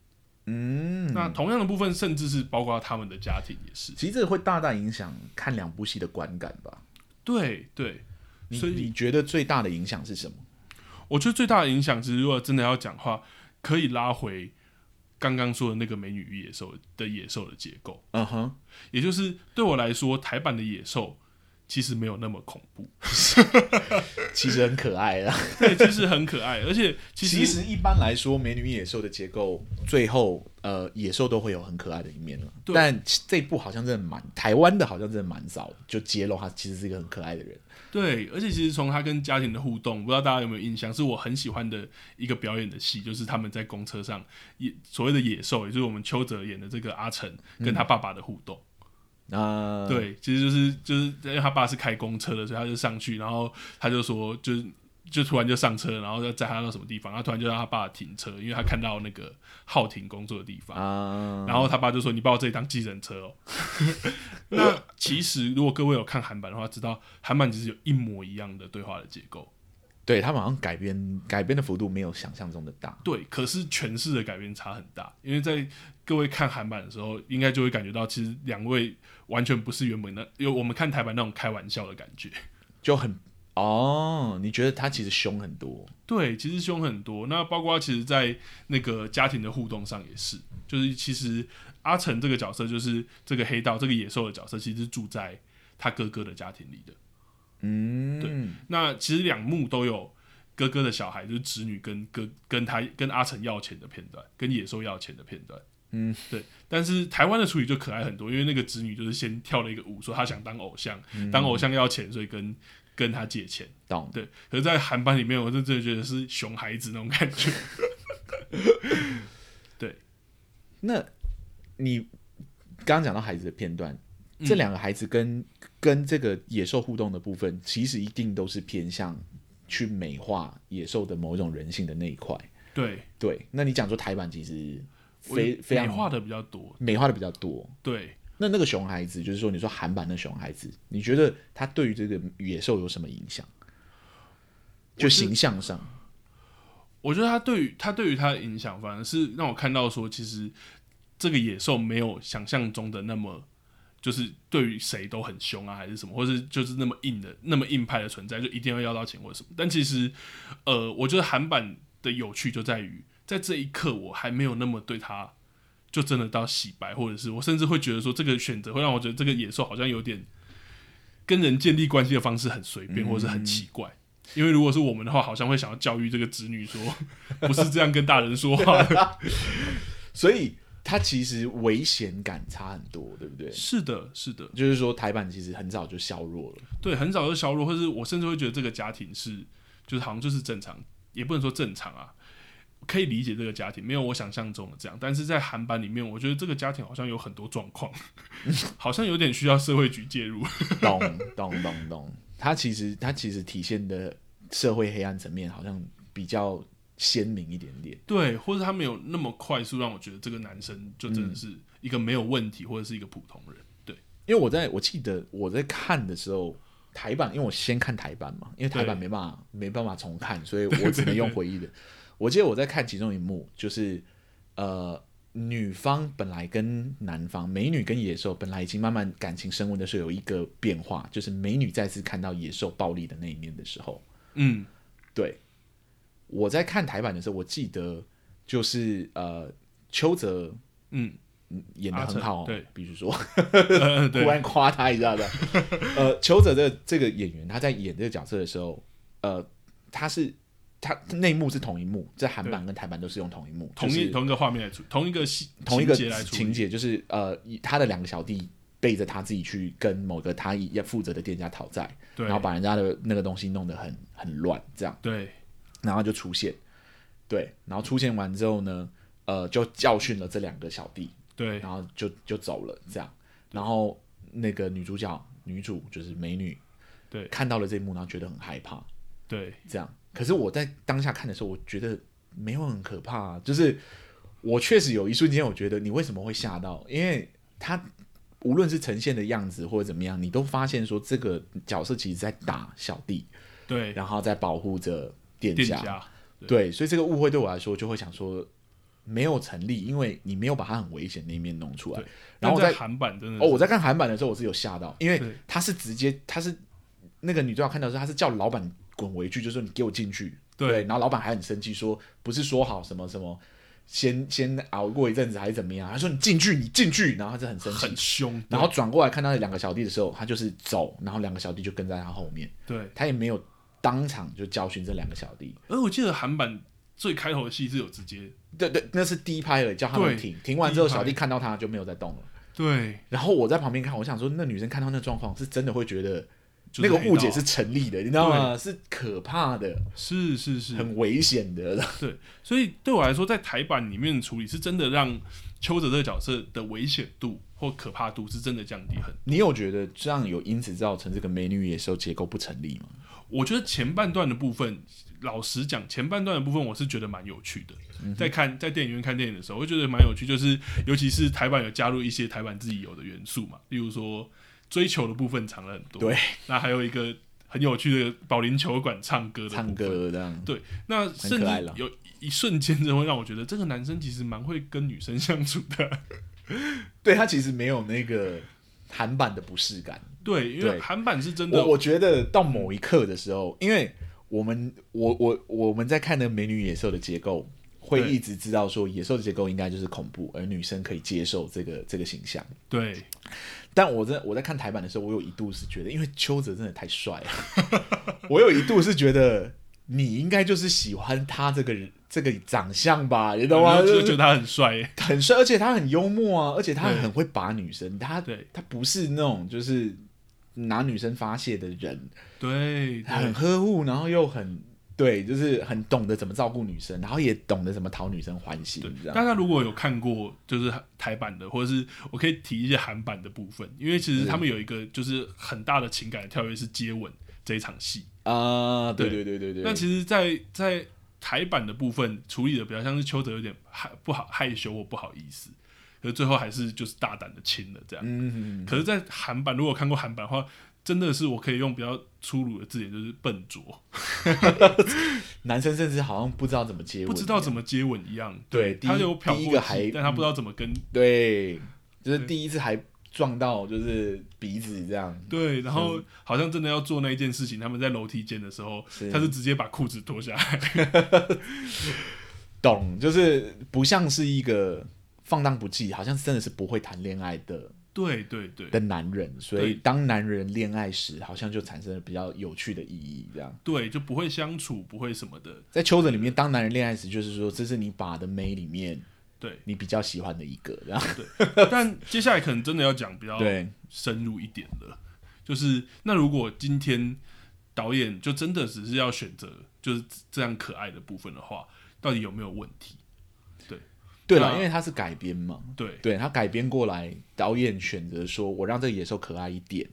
嗯，
那同样的部分，甚至是包括他们的家庭也是。
其实这个会大大影响看两部戏的观感吧。
对对，
你
所以
你觉得最大的影响是什么？
我觉得最大的影响，其实如果真的要讲话，可以拉回刚刚说的那个美女与野兽的野兽的结构，
嗯哼，
也就是对我来说，台版的野兽其实没有那么恐怖，
其实很可爱啦。
对，其实很可爱，而且 其实
其实一般来说，美女与野兽的结构最后呃，野兽都会有很可爱的一面了。
对
但这部好像真的蛮台湾的，好像真的蛮早就揭露他其实是一个很可爱的人。
对，而且其实从他跟家庭的互动，不知道大家有没有印象，是我很喜欢的一个表演的戏，就是他们在公车上野所谓的野兽，也就是我们邱泽演的这个阿成跟
嗯
他爸爸的互动。
啊，
对，其实就是就是因为他爸是开公车的，所以他就上去，然后他就说，就是就突然就上车，然后要载他到什么地方，他突然就让他爸停车，因为他看到那个浩廷工作的地方。
啊，
然后他爸就说：“你把我这里当计程车哦。” 那其实如果各位有看韩版的话，知道韩版其实有一模一样的对话的结构，
对他们好像改编改编的幅度没有想象中的大。
对，可是诠释的改变差很大。因为在各位看韩版的时候，应该就会感觉到，其实两位完全不是原本的，有我们看台版那种开玩笑的感觉。
就很哦，你觉得他其实凶很多，
对，其实凶很多。那包括其实，在那个家庭的互动上也是，就是其实阿成这个角色，就是这个黑道这个野兽的角色，其实是住在他哥哥的家庭里的。
嗯，
对，那其实两幕都有哥哥的小孩，就是侄女跟哥跟他跟阿成要钱的片段，跟野兽要钱的片段。
嗯，
对。但是台湾的处理就可爱很多，因为那个侄女就是先跳了一个舞，说她想当偶像，
嗯
当偶像要钱，所以跟跟他借钱。
懂。
对，可是，在韩版里面，我就真的觉得是熊孩子那种感觉。
那你刚刚讲到孩子的片段，这两个孩子跟跟这个野兽互动的部分，其实一定都是偏向去美化野兽的某种人性的那一块。
对，
对，那你讲说台版其实
我
非非
美
常
化的比较多。
美化的比较多。
对，
那那个熊孩子，就是说你说韩版的熊孩子，你觉得他对于这个野兽有什么影响？就形象上，
我觉得他对于他对于他的影响，反而是让我看到说，其实这个野兽没有想象中的那么，就是对于谁都很凶啊，还是什么，或是就是那么硬的、那么硬派的存在，就一定要要到钱或者什么。但其实，呃，我觉得韩版的有趣就在于，在这一刻我还没有那么对他。就真的到洗白，或者是我甚至会觉得说，这个选择会让我觉得这个野兽好像有点跟人建立关系的方式很随便，或者是很奇怪。因为如果是我们的话，好像会想要教育这个子女说， 不是这样跟大人说话的。
所以它其实危险感差很多，对不对？
是的，是的，
就是说台版其实很早就削弱了，
对，很早就削弱，或是我甚至会觉得这个家庭是，就是好像就是正常，也不能说正常啊，可以理解这个家庭没有我想象中的这样。但是在韩版里面，我觉得这个家庭好像有很多状况， 好像有点需要社会局介入。
咚咚咚咚，它其实它其实体现的社会黑暗层面好像比较鲜明一点点。
对，或者他没有那么快速让我觉得这个男生就真的是一个没有问题，或者是一个普通人。对，
因为我在我记得我在看的时候，台版因为我先看台版嘛，因为台版
对
没办法没办法重看，所以我只能用回忆的。我记得我在看其中一幕，就是呃，女方本来跟男方，美女跟野兽本来已经慢慢感情升温的时候，有一个变化，就是美女再次看到野兽暴力的那一面的时候，
嗯，
对，我在看台版的时候，我记得就是呃，邱泽
嗯
演的
阿
很
成
好、
对，
必须说。
呃对
突，然夸他一下的。呃，邱泽的这个演员，他在演这个角色的时候，呃，他是他内幕是同一幕，在韩版跟台版都是用同一幕，
同
就
一
是
同一个画面来处，同一个戏
同一个
情节来处
情
理。
节，就是呃，以他的两个小弟背着他自己去跟某个他也负责的店家讨债，
对
然后把人家的那个东西弄得很很乱，这样，
对
然后就出现，对，然后出现完之后呢，呃，就教训了这两个小弟，
对
然后就就走了这样。然后那个女主角女主就是美女，
对
看到了这一幕，然后觉得很害怕，
对
这样。可是我在当下看的时候，我觉得没有很可怕、啊，就是我确实有一瞬间，我觉得你为什么会吓到？因为他无论是呈现的样子或者怎么样，你都发现说这个角色其实在打小弟，
对，
然后在保护着店
店
家。
家，
对，所以这个误会对我来说就会想说没有成立，因为你没有把它很危险的一面弄出来
对。
然后我
但
在
在韩版真的是
哦，我在看韩版的时候，我是有吓到，因为
对
他是直接他是那个女主角看到的时候，他是叫老板滚回去，就说你给我进去。
对
然后老板还很生气说，不是说好什么什么。先先熬过一阵子还是怎么样？他说你进去，你进去，然后他就很生气
很，凶，
然后转过来看到两个小弟的时候，他就是走，然后两个小弟就跟在他后面，
对，
他也没有当场就教训这两个小弟。
而我记得韩版最开头的戏是有直接
对对，那是第一拍而已，叫他们
对
停，停完之后
第一拍
小弟看到他就没有再动了。
对，
然后我在旁边看，我想说，那女生看到那状况，是真的会觉得
就是
那个
黑
误
道
解是成立的，你知道吗？是可怕的，
是是是，
很危险的。
对，所以对我来说，在台版里面的处理是真的让邱泽这个角色的危险度或可怕度是真的降低很多。
你有觉得这样有因此造成这个美女野兽结构不成立吗？
我觉得前半段的部分，老实讲，前半段的部分我是觉得蛮有趣的。
嗯
在看在电影院看电影的时候，我觉得蛮有趣，就是尤其是台版有加入一些台版自己有的元素嘛，例如说追求的部分长了很多，
对，
那还有一个很有趣的保龄球馆唱歌的部分
唱歌这样，
对，那甚
可爱
至
了
有一瞬间，就会让我觉得这个男生其实蛮会跟女生相处的。
对他其实没有那个韩版的不适感。
对，因为
对
韩版是真的
我，我觉得到某一刻的时候，因为我们我我我们在看那个美女野兽的结构，会
对
一直知道说野兽的结构应该就是恐怖，而女生可以接受这个这个形象。
对
但我在我在看台版的时候，我有一度是觉得，因为邱泽真的太帅了， 我有一度是觉得你应该就是喜欢他这个人这个长相吧，你懂吗？
我
就
就觉得
是
他很帅。
很帅，而且他很幽默啊，而且他
对
很会把女生，他
对
他不是那种就是拿女生发泄的人，
对
很
对
呵护，然后又很对，就是很懂得怎么照顾女生，然后也懂得怎么讨女生欢心，
对
这，样
大家如果有看过就是台版的，或者是我可以提一些韩版的部分，因为其实他们有一个就是很大的情感的跳跃是接吻这一场戏。
啊，对
对
对对对对。
那其实在，在台版的部分处理的比较像是邱泽有点害不好害羞或不好意思，可是最后还是就是大胆的亲了这样。
嗯，
可是，在韩版，如果看过韩版的话，真的是我可以用比较粗鲁的字眼，就是笨拙，
男生甚至好像不知道怎么接吻，
不知道怎么接吻一样。
对第一
他有漂
第一
过
个还嗯
气，但他不知道怎么跟
对，就是
对
第一次还撞到就是鼻子这样，
对，然后好像真的要做那一件事情，他们在楼梯间的时候，
是
他是直接把裤子脱下来。
懂，就是不像是一个放荡不羁，好像真的是不会谈恋爱的
对对对
的男人，所以
对
当男人恋爱时，好像就产生了比较有趣的意义。这样，
对，就不会相处，不会什么的。
在秋子里面，当男人恋爱时，就是说这是你把的妹里面
对
你比较喜欢的一个，然后
但接下来可能真的要讲比较
对
深入一点了，就是那如果今天导演就真的只是要选择就是这样可爱的部分的话，到底有没有问题？
对了，
那
因为它是改编嘛，
对
对他改编过来，导演选择说我让这个野兽可爱一点，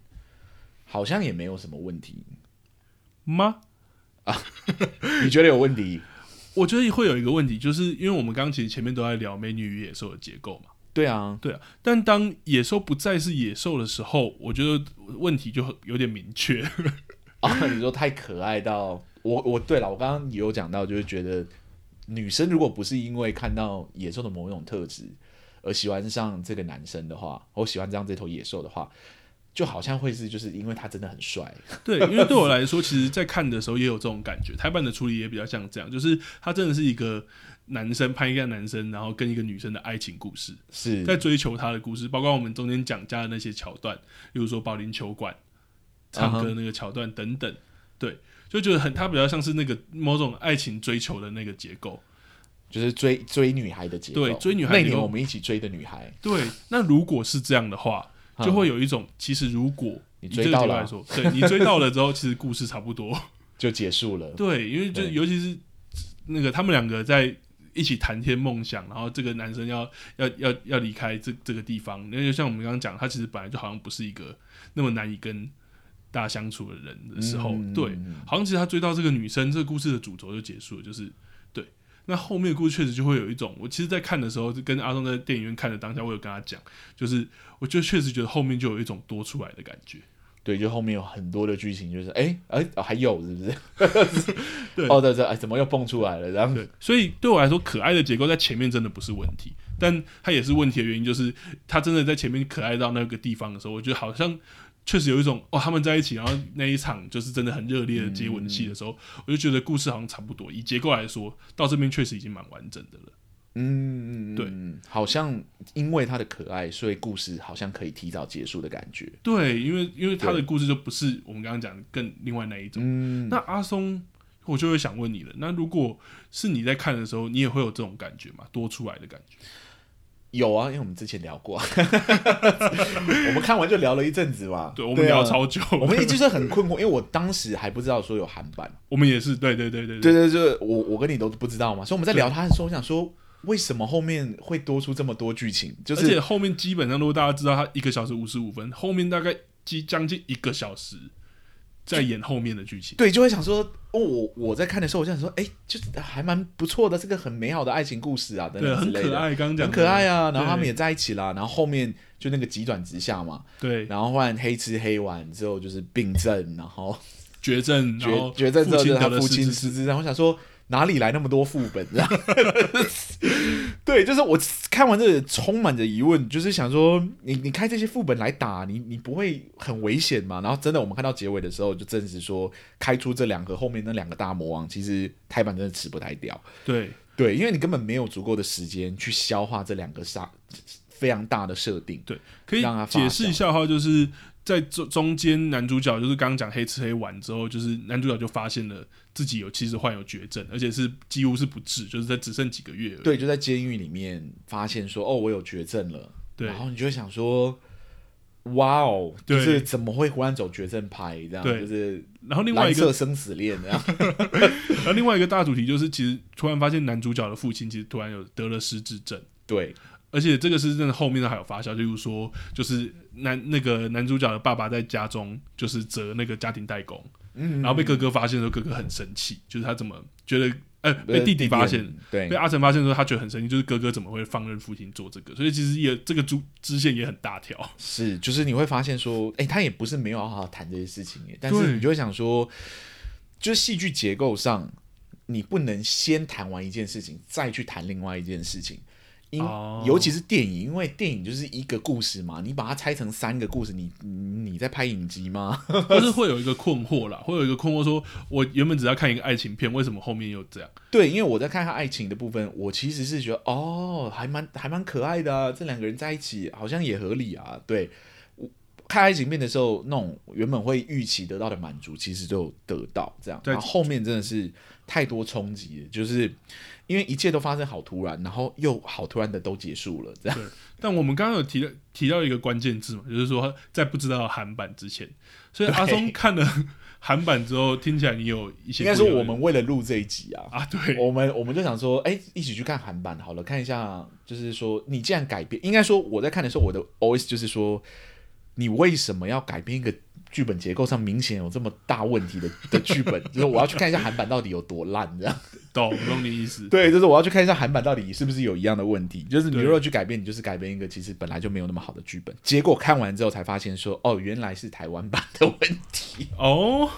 好像也没有什么问题。
吗？
你觉得有问题？
我觉得会有一个问题，就是因为我们刚刚其实前面都在聊美女与野兽的结构嘛，
对啊，
对啊。但当野兽不再是野兽的时候，我觉得问题就很有点明确。
啊，你说太可爱到我，我对了，我刚刚也有讲到，就是觉得女生如果不是因为看到野兽的某种特质而喜欢上这个男生的话，我喜欢上这头野兽的话，就好像会是就是因为他真的很帅，
对，因为对我来说，其实，在看的时候也有这种感觉。台版的处理也比较像这样，就是他真的是一个男生拍一个男生，然后跟一个女生的爱情故事，
是
在追求他的故事，包括我们中间讲加的那些桥段，例如说保龄球馆、唱
嗯
歌那个桥段等等，对，就觉得很，它比较像是那个某种爱情追求的那个结构。
就是追追女孩的结构。
对追女孩的
那
结
年
构
我们一起追的女孩，
对，那如果是这样的话，
嗯
就会有一种其实如果
你
以
追
这个
到
结构
了
来说，对你追到了之后，其实故事差不多。
就结束了。
对，因为就
对
尤其是那个他们两个在一起谈天梦想，然后这个男生要要要要离开这这个地方，那就像我们刚刚讲，他其实本来就好像不是一个那么难以跟大家相处的人的时候，
嗯
对，好像其实他追到这个女生，这个故事的主轴就结束了，就是对。那后面的故事确实就会有一种，我其实，在看的时候，跟阿忠在电影院看的当下，我有跟他讲，就是我就确实觉得后面就有一种多出来的感觉。
对，就后面有很多的剧情，就是哎哎、哦还有是不是？
对
哦对对，哎怎么又蹦出来了？然后
对，所以对我来说，可爱的结构在前面真的不是问题，但它也是问题的原因，就是它真的在前面可爱到那个地方的时候，我觉得好像确实有一种哦，他们在一起，然后那一场就是真的很热烈的接吻戏的时候，我就觉得故事好像差不多，以结构来说，到这边确实已经蛮完整的了。
嗯，
对
嗯，好像因为他的可爱，所以故事好像可以提早结束的感觉。
对，因为因为他的
对
故事就不是我们刚刚讲的更另外那一种。
嗯，
那阿松，我就会想问你了，那如果是你在看的时候，你也会有这种感觉吗？多出来的感觉？
有啊，因为 我们之前聊过，我们看完就聊了一阵子嘛。
对，我们聊
啊
超久，
我们一直是很困惑，因为我当时还不知道说有韩版。
我们也是，对对对对
对对对，我我跟你都不知道嘛，所以我们在聊他的时候，我想说为什么后面会多出这么多剧情？就
而且
是
后面基本上，如果大家知道它一个小时五十五分，后面大概即将近一个小时在演后面的剧情。
对，就会想说，哦，我我在看的时候，我就想说，哎，就是还蛮不错的，这个很美好的爱情故事啊，等
对，
等之
很
类
可
的，
爱，刚刚讲
很可爱
啊。
啊。然后他们
对
也在一起啦，然后后面就那个急转直下嘛，
对，
然后换黑吃黑完之后就是病症，然后
绝症，然
绝
后
绝症之后，
亲
就是他
得了
父亲
失智
失智，然后我想说哪里来那么多副本？然后 对，就是我看完这个充满着疑问，就是想说你你开这些副本来打你，你不会很危险吗？然后真的，我们看到结尾的时候就证实说，开出这两个后面那两个大魔王，其实台版真的吃不太掉。
对
对，因为你根本没有足够的时间去消化这两个杀非常大的设定。
对，可以
让它发
解释一下的话，就是在中中间男主角就是刚刚讲黑吃黑完之后，就是男主角就发现了自己有其实患有绝症，而且是几乎是不治，就是在只剩几个月而已。
对，就在监狱里面发现说，哦，我有绝症了。
对
然后你就会想说，哇哦，就
对
是怎么会忽然走绝症派这样？
对
就是
然后另外
蓝
一个
色生死恋这样。
然后另外一个大主题就是，其实突然发现男主角的父亲其实突然有得了失智症，
对，
而且这个失智症后面还有发酵，例如说就是男那个男主角的爸爸在家中就是责那个家庭代工，
嗯
然后被哥哥发现的时候，哥哥很生气，就是他怎么觉得呃被弟弟发现。，啊
对
被，阿成发现的时候，他觉得很生气，就是哥哥怎么会放任父亲做这个？所以其实也这个支支线也很大条。
是，就是你会发现说，哎、他也不是没有好好谈这些事情耶，但
对
是你就会想说，就是戏剧结构上，你不能先谈完一件事情，再去谈另外一件事情。因、
哦
尤其是电影，因为电影就是一个故事嘛，你把它拆成三个故事，你你你在拍影集吗？
或是会有一个困惑啦，会有一个困惑说我原本只要看一个爱情片，为什么后面又这样？
对，因为我在看他爱情的部分，我其实是觉得哦，还蛮还蛮可爱的、啊，这两个人在一起好像也合理啊。对，我看爱情片的时候，那种原本会预期得到的满足，其实都有得到这样。
对
然后后面真的是太多冲击了，就是因为一切都发生好突然，然后又好突然的都结束了，这样。
但我们刚刚有提到提到一个关键字嘛，就是说在不知道韩版之前，所以阿松看了韩版之后，听起来你有一些
应该说
不一样的
我们为了录这一集啊。
啊，对
我们我们就想说，哎、一起去看韩版好了，看一下，就是说你既然改编，应该说我在看的时候，我的 always 就是说，你为什么要改编一个剧本结构上明显有这么大问题的的剧本？就是我要去看一下韩版到底有多烂，这样。
懂懂你意思，
对，就是我要去看一下韩版到底是不是有一样的问题。就是你
对
如果去改编，你就是改编一个其实本来就没有那么好的剧本，结果看完之后才发现说，哦，原来是台湾版的 问题。
哦，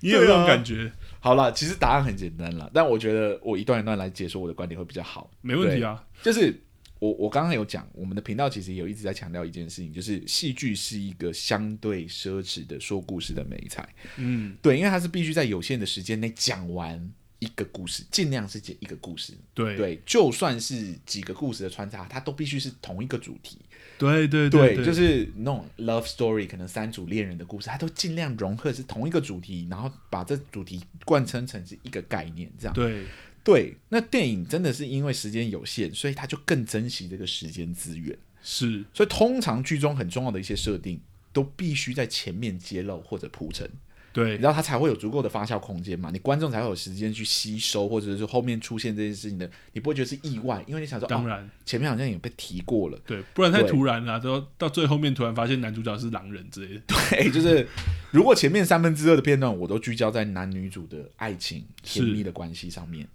你也有这种
对啊
感觉，
好了，其实答案很简单了，但我觉得我一段一段来解说我的观点会比较好。
没问题啊，
就是我我刚刚有讲，我们的频道其实有一直在强调一件事情，就是戏剧是一个相对奢侈的说故事的美材。
嗯，
对，因为它是必须在有限的时间内讲完一个故事，尽量是讲一个故事。
对
对，就算是几个故事的穿插，它都必须是同一个主题。
对对
对，
对，
就是那种 love story，可能三组恋人的故事，它都尽量融合是同一个主题，然后把这主题贯穿成是一个概念，这样。
对
对，那电影真的是因为时间有限，所以他就更珍惜这个时间资源。
是
所以通常剧中很重要的一些设定，都必须在前面揭露或者铺陈，
对
然后它才会有足够的发酵空间嘛。你观众才会有时间去吸收，或者是后面出现这件事情的，你不会觉得是意外，因为你想说，
当
哦，
然
前面好像也被提过了，
对，不然太
对
突然了，都到最后面突然发现男主角是狼人之类的，
对，就是如果前面三分之二的片段我都聚焦在男女主的爱情
是
甜蜜的关系上面，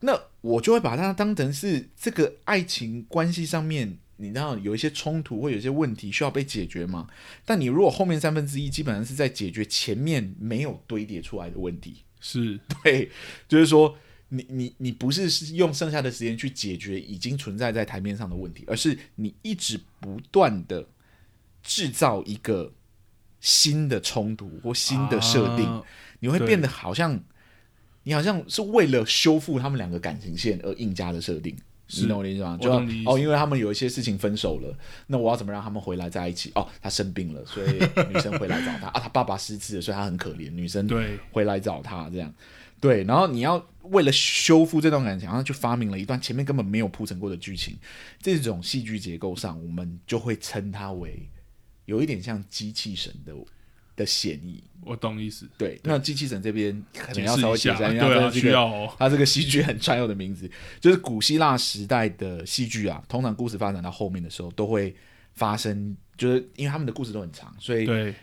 那我就会把它当成是这个爱情关系上面，你知道有一些冲突或有一些问题需要被解决嘛？但你如果后面三分之一基本上是在解决前面没有堆叠出来的问题，
是
对，就是说你你你不是用剩下的时间去解决已经存在在台面上的问题，而是你一直不断的制造一个新的冲突或新的设定，
啊
你会
对
变得好像你好像是为了修复他们两个感情线而硬加的设定。
是
你懂我的意思吗？
我
就
懂你意思
哦，因为他们有一些事情分手了，那我要怎么让他们回来在一起？哦，他生病了，所以女生回来找他啊，他爸爸失智了，所以他很可怜，女生
对
回来找他这样。对，然后你要为了修复这段感情，然后就发明了一段前面根本没有铺陈过的剧情。这种戏剧结构上，我们就会称它为有一点像机器神的的嫌疑。
我懂意思，
对，那机器神这边可能
解
要
释
稍
一
微解
下，
释一下，因为它真的
对啊，
是一
需
个
要哦，
它这个戏剧很专有的名字，就是古希腊时代的戏剧啊，通常故事发展到后面的时候，都会发生，就是因为他们的故事都很长，所以
对，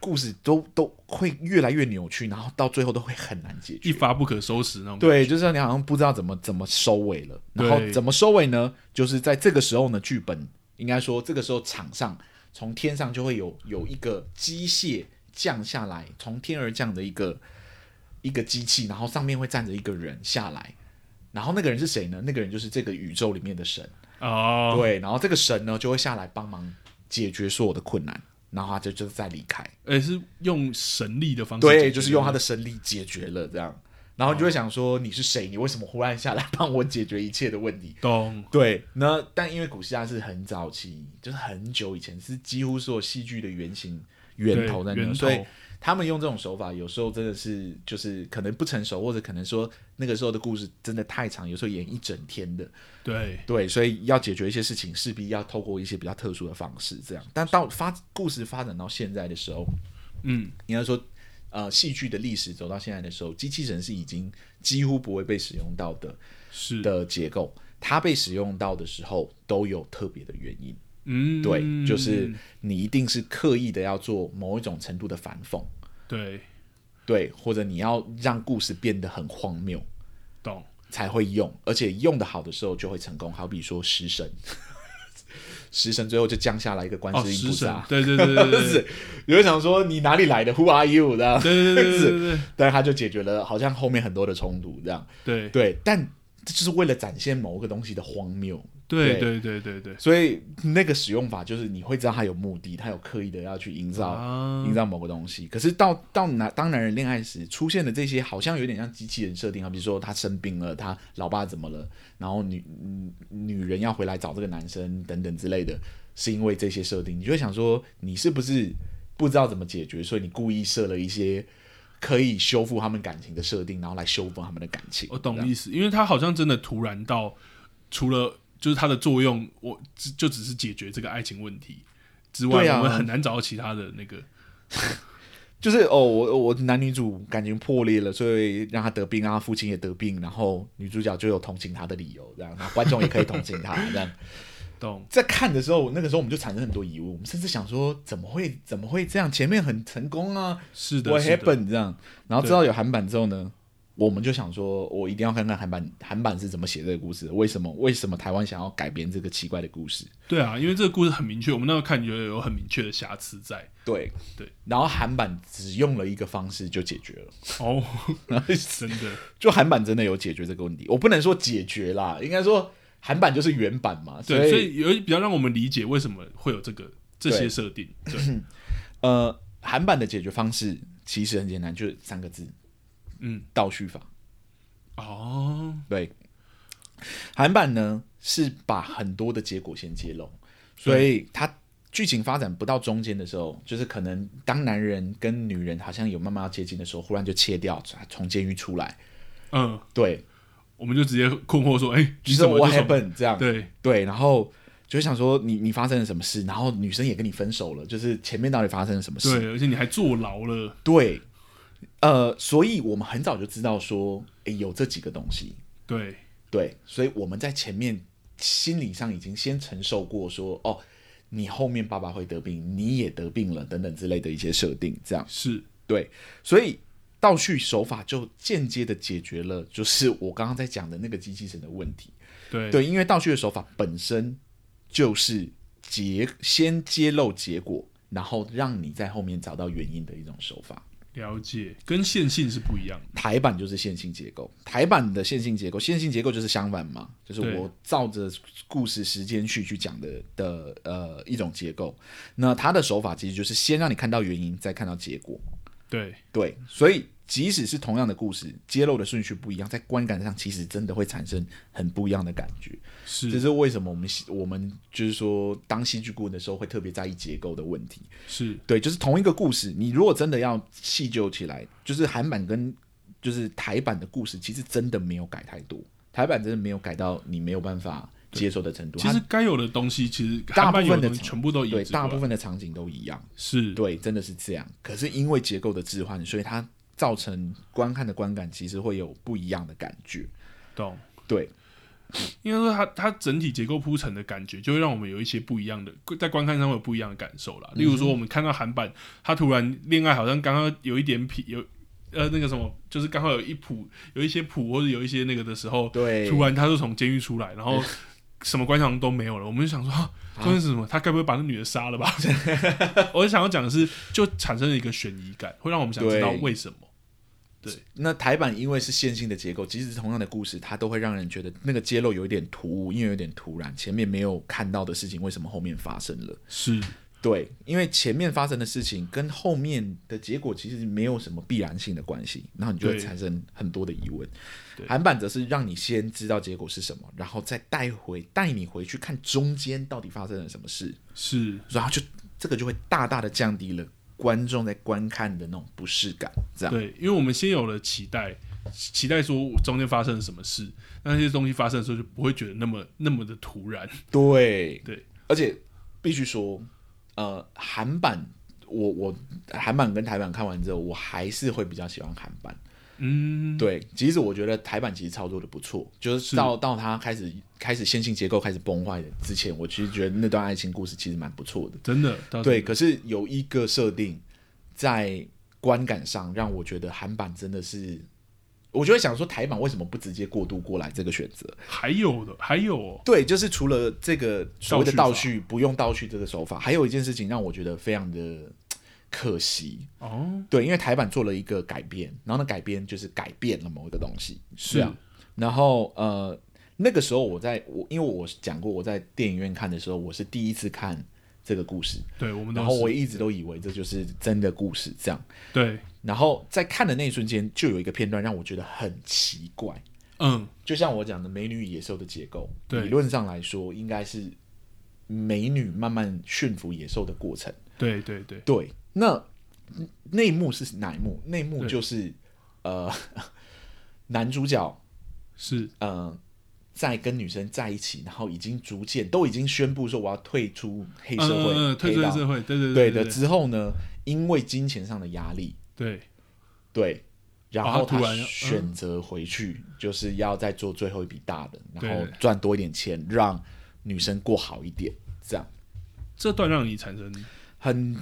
故事都都会越来越扭曲，然后到最后都会很难解决。
一发不可收拾那种，
对，就是说你好像不知道怎么怎么收尾了，然后
对
怎么收尾呢？就是在这个时候呢，剧本应该说这个时候场上从天上就会有有一个机械降下来，从天而降的一个一个机器，然后上面会站着一个人下来，然后那个人是谁呢？那个人就是这个宇宙里面的神，
哦，
对，然后这个神呢就会下来帮忙解决所有的困难，然后他就就再离开。
而是用神力的方式解决，
对，就是用他的神力解决了这样，然后你就会想说你是谁？你为什么忽然下来帮我解决一切的问题？
懂，
对，那但因为古希腊是很早期，就是很久以前，是几乎所有戏剧的原型源头在
对源
那，
头
所以他们用这种手法，有时候真的是就是可能不成熟，或者可能说那个时候的故事真的太长，有时候演一整天的，
对，
对，所以要解决一些事情，势必要透过一些比较特殊的方式这样。但到发故事发展到现在的时候，
嗯，
应该说，呃，戏剧的历史走到现在的时候，机器人是已经几乎不会被使用到的
是，
的结构。它被使用到的时候，都有特别的原因。
嗯，
对，就是你一定是刻意的要做某一种程度的反讽，
对，
对，或者你要让故事变得很荒谬
懂，
才会用，而且用的好的时候就会成功。好比说食神， 食神最后就降下来一个观
哦，
世音
食
菩
神
萨，，
对对对对对
是，你会想说你哪里来的？Who are you？这样，
对对对对对
但是他就解决了，好像后面很多的冲突这样。
对
对，但这就是为了展现某个东西的荒谬，
对对对对对
所以那个使用法就是你会知道他有目的，他有刻意的要去营造、
啊
营造某个东西。可是到到男当男人恋爱时出现的这些，好像有点像机器人设定啊，比如说他生病了，他老爸怎么了，然后女嗯女人要回来找这个男生等等之类的，是因为这些设定，你就会想说你是不是不知道怎么解决，所以你故意设了一些。可以修复他们感情的设定，然后来修复他们的感情。
我
这
懂
样
意思，因为它好像真的突然到，除了就是它的作用，我只就只是解决这个爱情问题之外，
对啊
我们很难找到其他的那个
就是哦，我我男女主感情破裂了，所以让他得病，让他父亲也得病，然后女主角就有同情他的理由，这样，然后观众也可以同情他，这样。
懂，
在看的时候，那个时候我们就产生很多疑问，我们甚至想说，怎么会怎么会这样？前面很成功啊
是的，
，What
是的，
happened 这样，然后知道有韩版之后呢，我们就想说，我一定要看看韩版韩版是怎么写这个故事的，为什么为什么台湾想要改编这个奇怪的故事？
对啊，因为这个故事很明确，我们那时候看觉得有很明确的瑕疵在
对
对，
然后韩版只用了一个方式就解决了。
哦，真的
就韩版真的有解决这个问题，我不能说解决啦，应该说韩版就是原版嘛，所
对，
以
所以有一比较让我们理解为什么会有这个这些
对
设 定，对，
呃，韩版的解决方式其实很简单，就是三个字，
嗯，
倒叙法。
哦，
对，韩版呢是把很多的结果先揭露，所以它剧情发展不到中间的时候，就是可能当男人跟女人好像有慢慢要接近的时候，忽然就切掉，从监狱出来，
嗯，
对，
我们就直接困惑说，哎，你
就是
怎么
what
这种
happened 这样，
对，
对，然后就会想说你你发生了什么事，然后女生也跟你分手了，就是前面到底发生了什么事？
对，而且你还坐牢了，
对，呃，所以我们很早就知道说，诶，有这几个东西，
对，
对，所以我们在前面心理上已经先承受过说，哦，你后面爸爸会得病，你也得病了等等之类的一些设定，这样
是，
对，所以倒叙手法就间接的解决了，就是我刚刚在讲的那个机器人的问题。
对
对，因为倒叙的手法本身就是结先揭露结果，然后让你在后面找到原因的一种手法。
了解，跟线性是不一样的。
台版就是线性结构，台版的线性结构，线性结构就是相反嘛，就是
对
我照着故事时间序去讲的的呃一种结构。那它的手法其实就是先让你看到原因，再看到结果。
对，
对，所以即使是同样的故事，揭露的顺序不一样，在观感上其实真的会产生很不一样的感觉。这
是
是为什么我们喜我们就是说当戏剧顾问的时候会特别在意结构的问题。
是，
对，就是同一个故事，你如果真的要细究起来，就是韩版跟就是台版的故事，其实真的没有改太多，台版真的没有改到你没有办法接受的程度。
其
它
实该有的东西，其实
大部分的
韩版有东西全部都移植
对大
过
部
来
分的场景都一样，
是
对，真的是这样。可是因为结构的置换，所以它造成观看的观感其实会有不一样的感觉。
懂。
对，
应该说它它整体结构铺陈的感觉，就会让我们有一些不一样的，在观看上会有不一样的感受啦。例如说，我们看到韩版，它突然恋爱好像刚刚有一点痞，有呃那个什么，就是刚好有一谱，有一些谱或者有一些那个的时候，
对
突然他就从监狱出来，然 后什么关系好像都没有了，我们就想说，啊关键是什么？他该不会把那女的杀了 吧？我想要讲的是，就产生了一个悬疑感，会让我们想知道
对
为什么。
那台版因为是线性的结构，即使是同样的故事，它都会让人觉得那个揭露有一点突兀，因为有点突然，前面没有看到的事情，为什么后面发生了？
是
对，因为前面发生的事情跟后面的结果其实没有什么必然性的关系，然后你就会
对
产生很多的疑问
对。
韩版则是让你先知道结果是什么，然后再带回带你回去看中间到底发生了什么事，
是，
然后就这个就会大大的降低了观众在观看的那种不适感。这样，
对，因为我们先有了期待，期待说中间发生了什么事，那些东西发生的时候就不会觉得那么那么的突然。
对
对，
而且必须说，呃，韩版我我韩版跟台版看完之后，我还是会比较喜欢韩版。
嗯，
对，其实我觉得台版其实操作的不错，就是到到它开始开始线性结构开始崩坏的之前，我其实觉得那段爱情故事其实蛮不错的。
真的，到
对，可是有一个设定在观感上让我觉得韩版真的是，我就会想说台版为什么不直接过渡过来这个选择？
还有的，还有、哦、
对，就是除了这个所谓的倒叙，不用倒叙这个手法，还有一件事情让我觉得非常的嘖可惜。
哦，
对，因为台版做了一个改编，然后那改编就是改变了某一个东西，
是
对啊。然后呃，那个时候我在我因为我讲过我在电影院看的时候，我是第一次看这个故事，
对，我们都
然
哦是
后我一直都以为这就是真的故事这样。
对，
然后在看的那一瞬间，就有一个片段让我觉得很奇怪，
嗯，
就像我讲的，美女与野兽的结构，
对
理论上来说应该是美女慢慢驯服野兽的过程。
对对对，
对，那嗯那一幕是哪一幕？那一幕
对
就是呃， 男主角
是
呃在跟女生在一起，然后已经逐渐都已经宣布说我要退出黑社会，
嗯嗯嗯退出
黑
黑
道
社会，对对
对
对
的之后呢，因为金钱上的压力，
对，
对，然
哦
后
他
他
突然要嗯
选择回去，就是要再做最后一笔大的，
对
然后赚多一点钱，让女生过好一点，这样
这段让你产生
很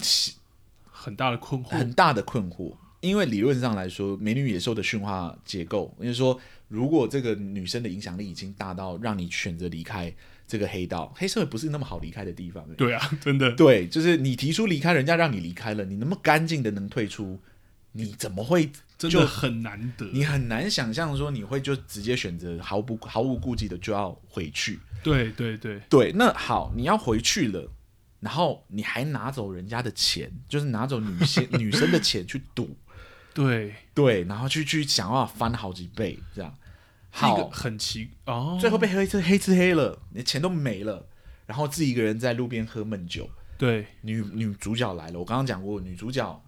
很大的困 惑，
很大的困惑。因为理论上来说，美女与野兽的驯化结构，也就是说，如果这个女生的影响力已经大到让你选择离开这个黑道， 黑社会不是那么好离开的地方、欸
对啊， 真的，
对，就是你提出离开，人家让你离开了，你那么干净的能退出，你怎么会
真的很难得，
你很难想象说你会就直接选择毫不毫无顾忌的就要回去。
对对对，
对，那好，你要回去了，然后你还拿走人家的钱，就是拿走女性 女生的钱去赌，
对，
对，然后去去想要翻好几倍这样。
是一个
好，
很奇哦，
最后被黑吃黑吃黑了，你的钱都没了，然后自己一个人在路边喝闷酒。
对
女女主角来了，我刚刚讲过，女主角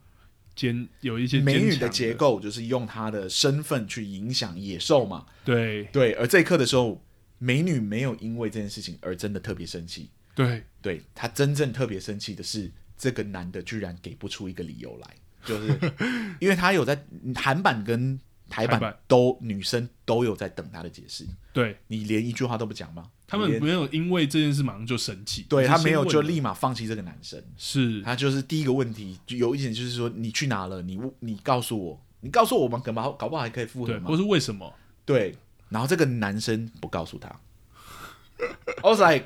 坚有一些
美
坚
女
强
的结，构就是用她的身份去影响野兽嘛，
对
对，而这一刻的时候，美女没有因为这件事情而真的特别生气，
对
对她真正特别生气的是，这个男的居然给不出一个理由来，就是 因为他有在韩版跟台
台
版
版
都女生都有在等他的解释，
对，
你连一句话都不讲吗？
他
你
们
连
没有因为这件事马上就生气，
对
是
他
先
没有
问
就
了
立马放弃这个男生，
是
他就是第一个问题，就有一点就是说你去哪了？你你告诉我，你告诉我们，搞不好搞不好还可以复合
对，
嘛
或？是为什么？
对，然后这个男生不告诉他 ，I was like，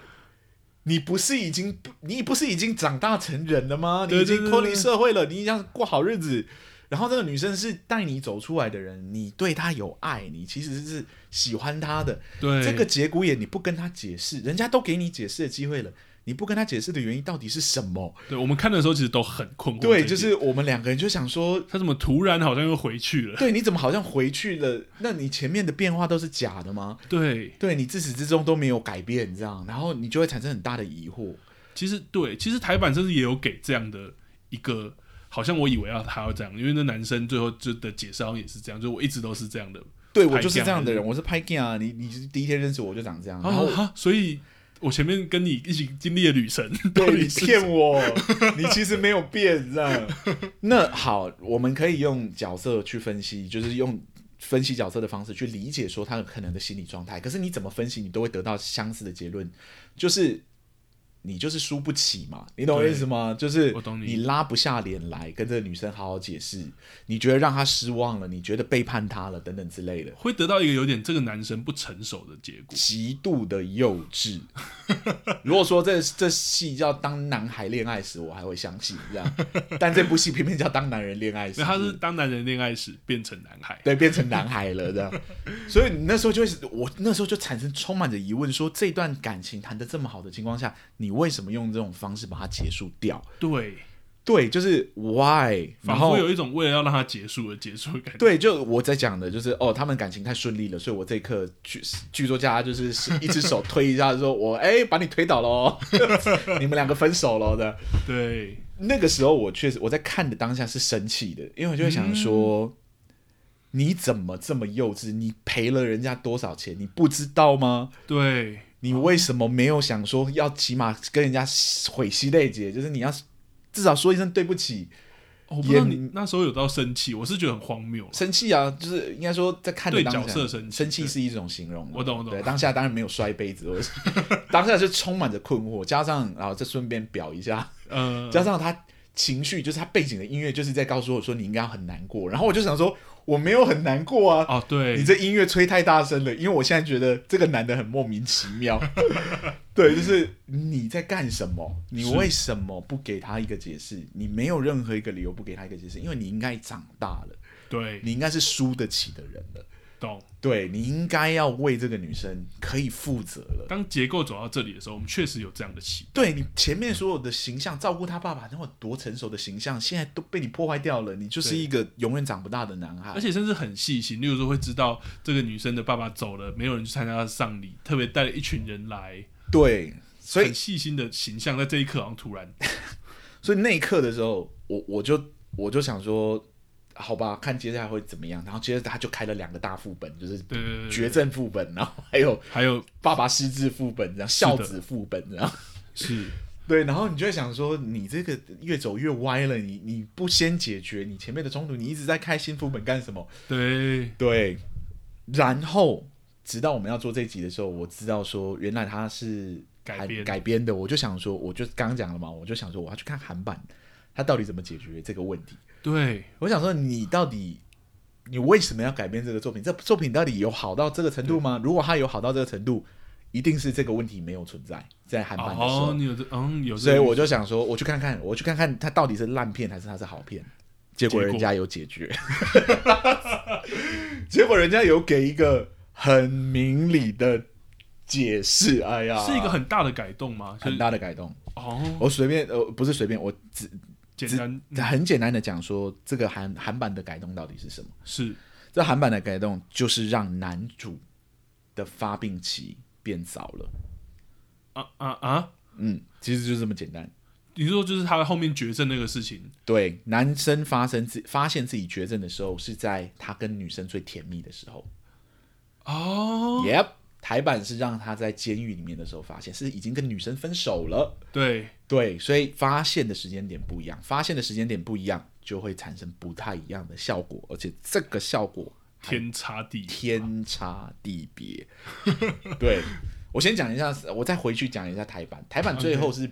你不是已经你不是已经长大成人了吗？你
对
已
对
经
对
脱离
对
社会了，你已经过好日子。然后这个女生是带你走出来的人，你对她有爱，你其实是喜欢她的。
对，
这个节骨眼你不跟她解释，人家都给你解释的机会了，你不跟她解释的原因到底是什么？
对我们看的时候其实都很困惑这一点。
对，就是我们两个人就想说，
他怎么突然好像又回去了？
对，你怎么好像回去了？那你前面的变化都是假的吗？
对，
对你自始至终都没有改变，这样，然后你就会产生很大的疑惑。
其实对，其实台版甚至也有给这样的一个，好像我以为要他要这样，因为那男生最后就的解释好像也是这样，就我一直都是这样的。
对
拍
我就是这样的
架
人，我是拍 gay 啊，你你是第一天认识我就长这样，
然
然
后
后
哈，所以我前面跟你一起经历的旅程，到
对
底
你
是
骗我，你其实没有变这样。 那好，我们可以用角色去分析，就是用分析角色的方式去理解说他可能的心理状态。可是你怎么分析，你都会得到相似的结论，就是你就是输不起嘛，你懂我
对
意思吗？就是
我懂你
你拉不下脸来跟这个女生好好解释，你觉得让她失望了，你觉得背叛她了，等等之类的。
会得到一个有点这个男生不成熟的结果。
极度的幼稚。 如果说这这戏叫《当男孩恋爱时》，我还会相信这 样，但这部戏偏偏叫《当男人恋爱时
那》，他是当男人恋爱时变成男孩，
对变成男孩了这样。所以你那时候就会是，我那时候就产生充满着疑问说这段感情谈得这么好的情况下，你为什么用这种方式把它结束掉？
对，
对，就是 why，然
仿
后
佛有一种为了要让他结束而结束的感觉。
对，就我在讲的，就是哦，他们感情太顺利了，所以我这一刻剧剧作家就是一只手推一下，说我哎、把你推倒喽， 你们两个分手喽的。
对
那个时候我确实我在看的当下是生气的，因为我就会想说，你怎么这么幼稚？你赔了人家多少钱？你不知道吗？
对
你为什么没有想说要起码跟人家毁尸灭迹？就是你要至少说一声对不起，
哦我不知道
也
你那时候有到生气，我是觉得很 荒谬。
生气啊，就是应该说在看的
对
当下，
角色生气对
是一种形容嘛。啊
我懂我懂
对，当下当然没有摔杯子， 我是当下是充满着困惑，加上然后再顺便表一下，
呃，
加上他情绪就是他背景的音乐就是在告诉我说你应该要很难过，然后我就想说我没有很难过啊。
哦，对，
你这音乐吹太大声了，因为我现在觉得这个男的很莫名其 妙。对，就是你在干什么？你
是
为什么不给他一个解释？你没有任何一个理由不给他一个解释，因为你应该长大了。
对，
你应该是输得起的人了。
懂。
对你应该要为这个女生可以负责了。
当结构走到这里的时候，我们确实有这样的期
对你前面所有的形象，照顾她爸爸那么多成熟的形象，现在都被你破坏掉了。你就是
对
一个永远长不大的男
而
孩。
且甚至很细心，例如说会知道这个女生的爸爸走了，没有人去参加她的丧礼，特别带了一群人来，
对，所以
很细心的形象在这一刻好像突然，
所以那一刻的时候，我我就我就想说，好吧，看接下来会怎么样。然后接着他就开了两个大副本，就是
对对对对
绝症副本，然后还有
还有
爸爸失智副本，然后孝子副本，然后。
是
对，然后你就会想说，你这个越走越歪了，你你不先解决你前面的冲突，你一直在开新副本干什么？
对
对，然后直到我们要做这一集的时候，我知道说原来它是
改
韩
编
改编的，我就想说，我就刚刚讲了嘛，我就想说我要去看韩版，它到底怎么解决这个问题？
对
我想说，你到底你为什么要改编这个作品？这作品到底有好到这个程度吗？如果它有好到这个程度，一定是这个问题没有存在在韩版的时候。
哦，你有这嗯有这
所
个
以我就想说，我去看看，我去看看它到底是烂片还是它是好片。结果
结果
人家有解决， 结果人家有给一个很明理的解释。哎呀，
是一个很大的改动吗？就是
很大的改动。
哦，
我随便呃，不是随便，我只
简单嗯
很简单的讲说，这个韩韩版的改动到底是什么？
是
这韩版的改动就是让男主的发病期变早了。
啊啊啊！
嗯，其实就这么简单。
你说就是他后面绝症那个事情，
对，男生发生自发现自己绝症的时候，是在他跟女生最甜蜜的时候。
哦，
Yep，台版是让他在监狱里面的时候发现，是已经跟女生分手了。
对，
对，所以发现的时间点不一样，发现的时间点不一样，就会产生不太一样的效果，而且这个效果
天差地
天差地别。 对我先讲一下，我再回去讲一下台版。台版最后是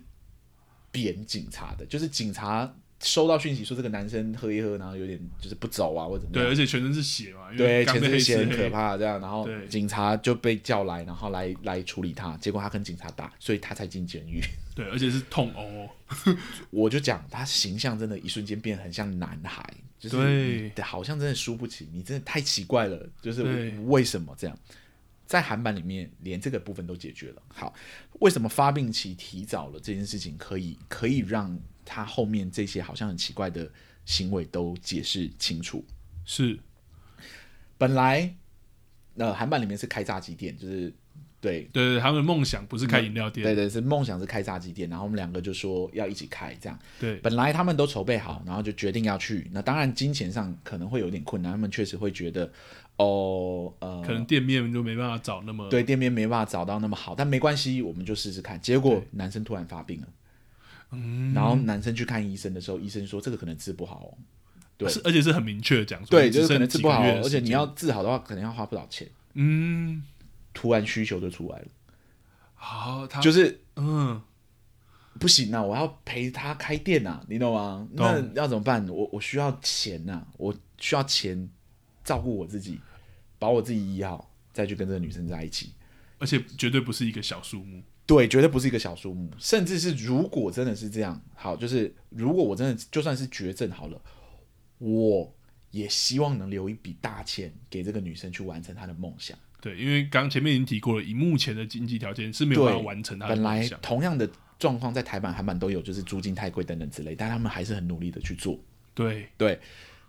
扁警察的，就是警察收到讯息说这个男生喝一喝，然后有点就是不走啊，或者怎么
对，
样。
而且全身是血嘛，因为
对，
刚
前
被
阵
黑
子写
吃
很可
黑，
怕，这样，然后
对
警察就被叫来，然后来来处理他，结果他跟警察打，所以他才进监狱。
对，而且是痛殴，
我就讲他形象真的，一瞬间变得很像男孩，就是
对
你好像真的输不起，你真的太奇怪了，就是
对
为什么这样？在韩版里面，连这个部分都解决了。好，为什么发病期提早了这件事情可以可以让他后面这些好像很奇怪的行为都解释清楚？
是
本来，呃，韩版里面是开炸鸡店，就是对
对对，他们的梦想不是开饮料店，
对对，是梦想是开炸鸡店，然后我们两个就说要一起开这样。
对
本来他们都筹备好，然后就决定要去。那当然，金钱上可能会有点困难，他们确实会觉得，哦，呃，
可能店面就没办法找那么
对店面没办法找到那么好，但没关系，我们就试试看。结果
对
男生突然发病了，嗯，然后男生去看医生的时候，医生说这个可能治不好哦，对
是而且是很明确地讲说，
对，
只
就是可
剩
能治
几
不
个
好
月
哦
的，
而且
时
你
间
要治好的话，可能要花不少钱。
嗯，
突然需求就出来了，
好，他
就是
嗯，
不行啊，我要陪他开店啊，你懂吗？那
懂
要怎么办？我我需要钱呐、我需要钱照顾我自己，把我自己医好，再去跟这个女生在一起。
而且绝对不是一个小数目，
对，绝对不是一个小数目，甚至是如果真的是这样，好，就是如果我真的就算是绝症好了，我也希望能留一笔大钱给这个女生去完成她的梦想。
对，因为刚前面已经提过了，以目前的经济条件是没有办法
对
完成他的
本来
梦想，
同样的状况在台版、韩版都有，就是租金太贵等等之类，但他们还是很努力的去做。
对，
对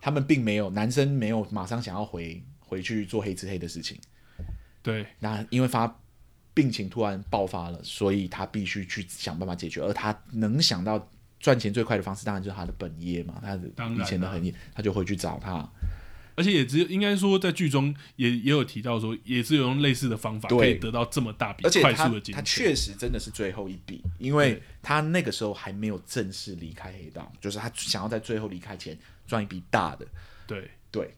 他们并没有男生没有马上想要回回去做黑吃黑的事情。
对，
那因为发病情突然爆发了，所以他必须去想办法解决，而他能想到赚钱最快的方式，当然就是他的本业嘛，他的
当然
以
啦
前的行业，他就会去找他。
而且也只有应该说，在剧中也也有提到说，也是有用类似的方法
对
可以得到这么大笔
而且
快
他
速的金
他
钱。
确实真的是最后一笔，因为他那个时候还没有正式离开黑道，就是他想要在最后离开前赚一笔大的。
对，
对，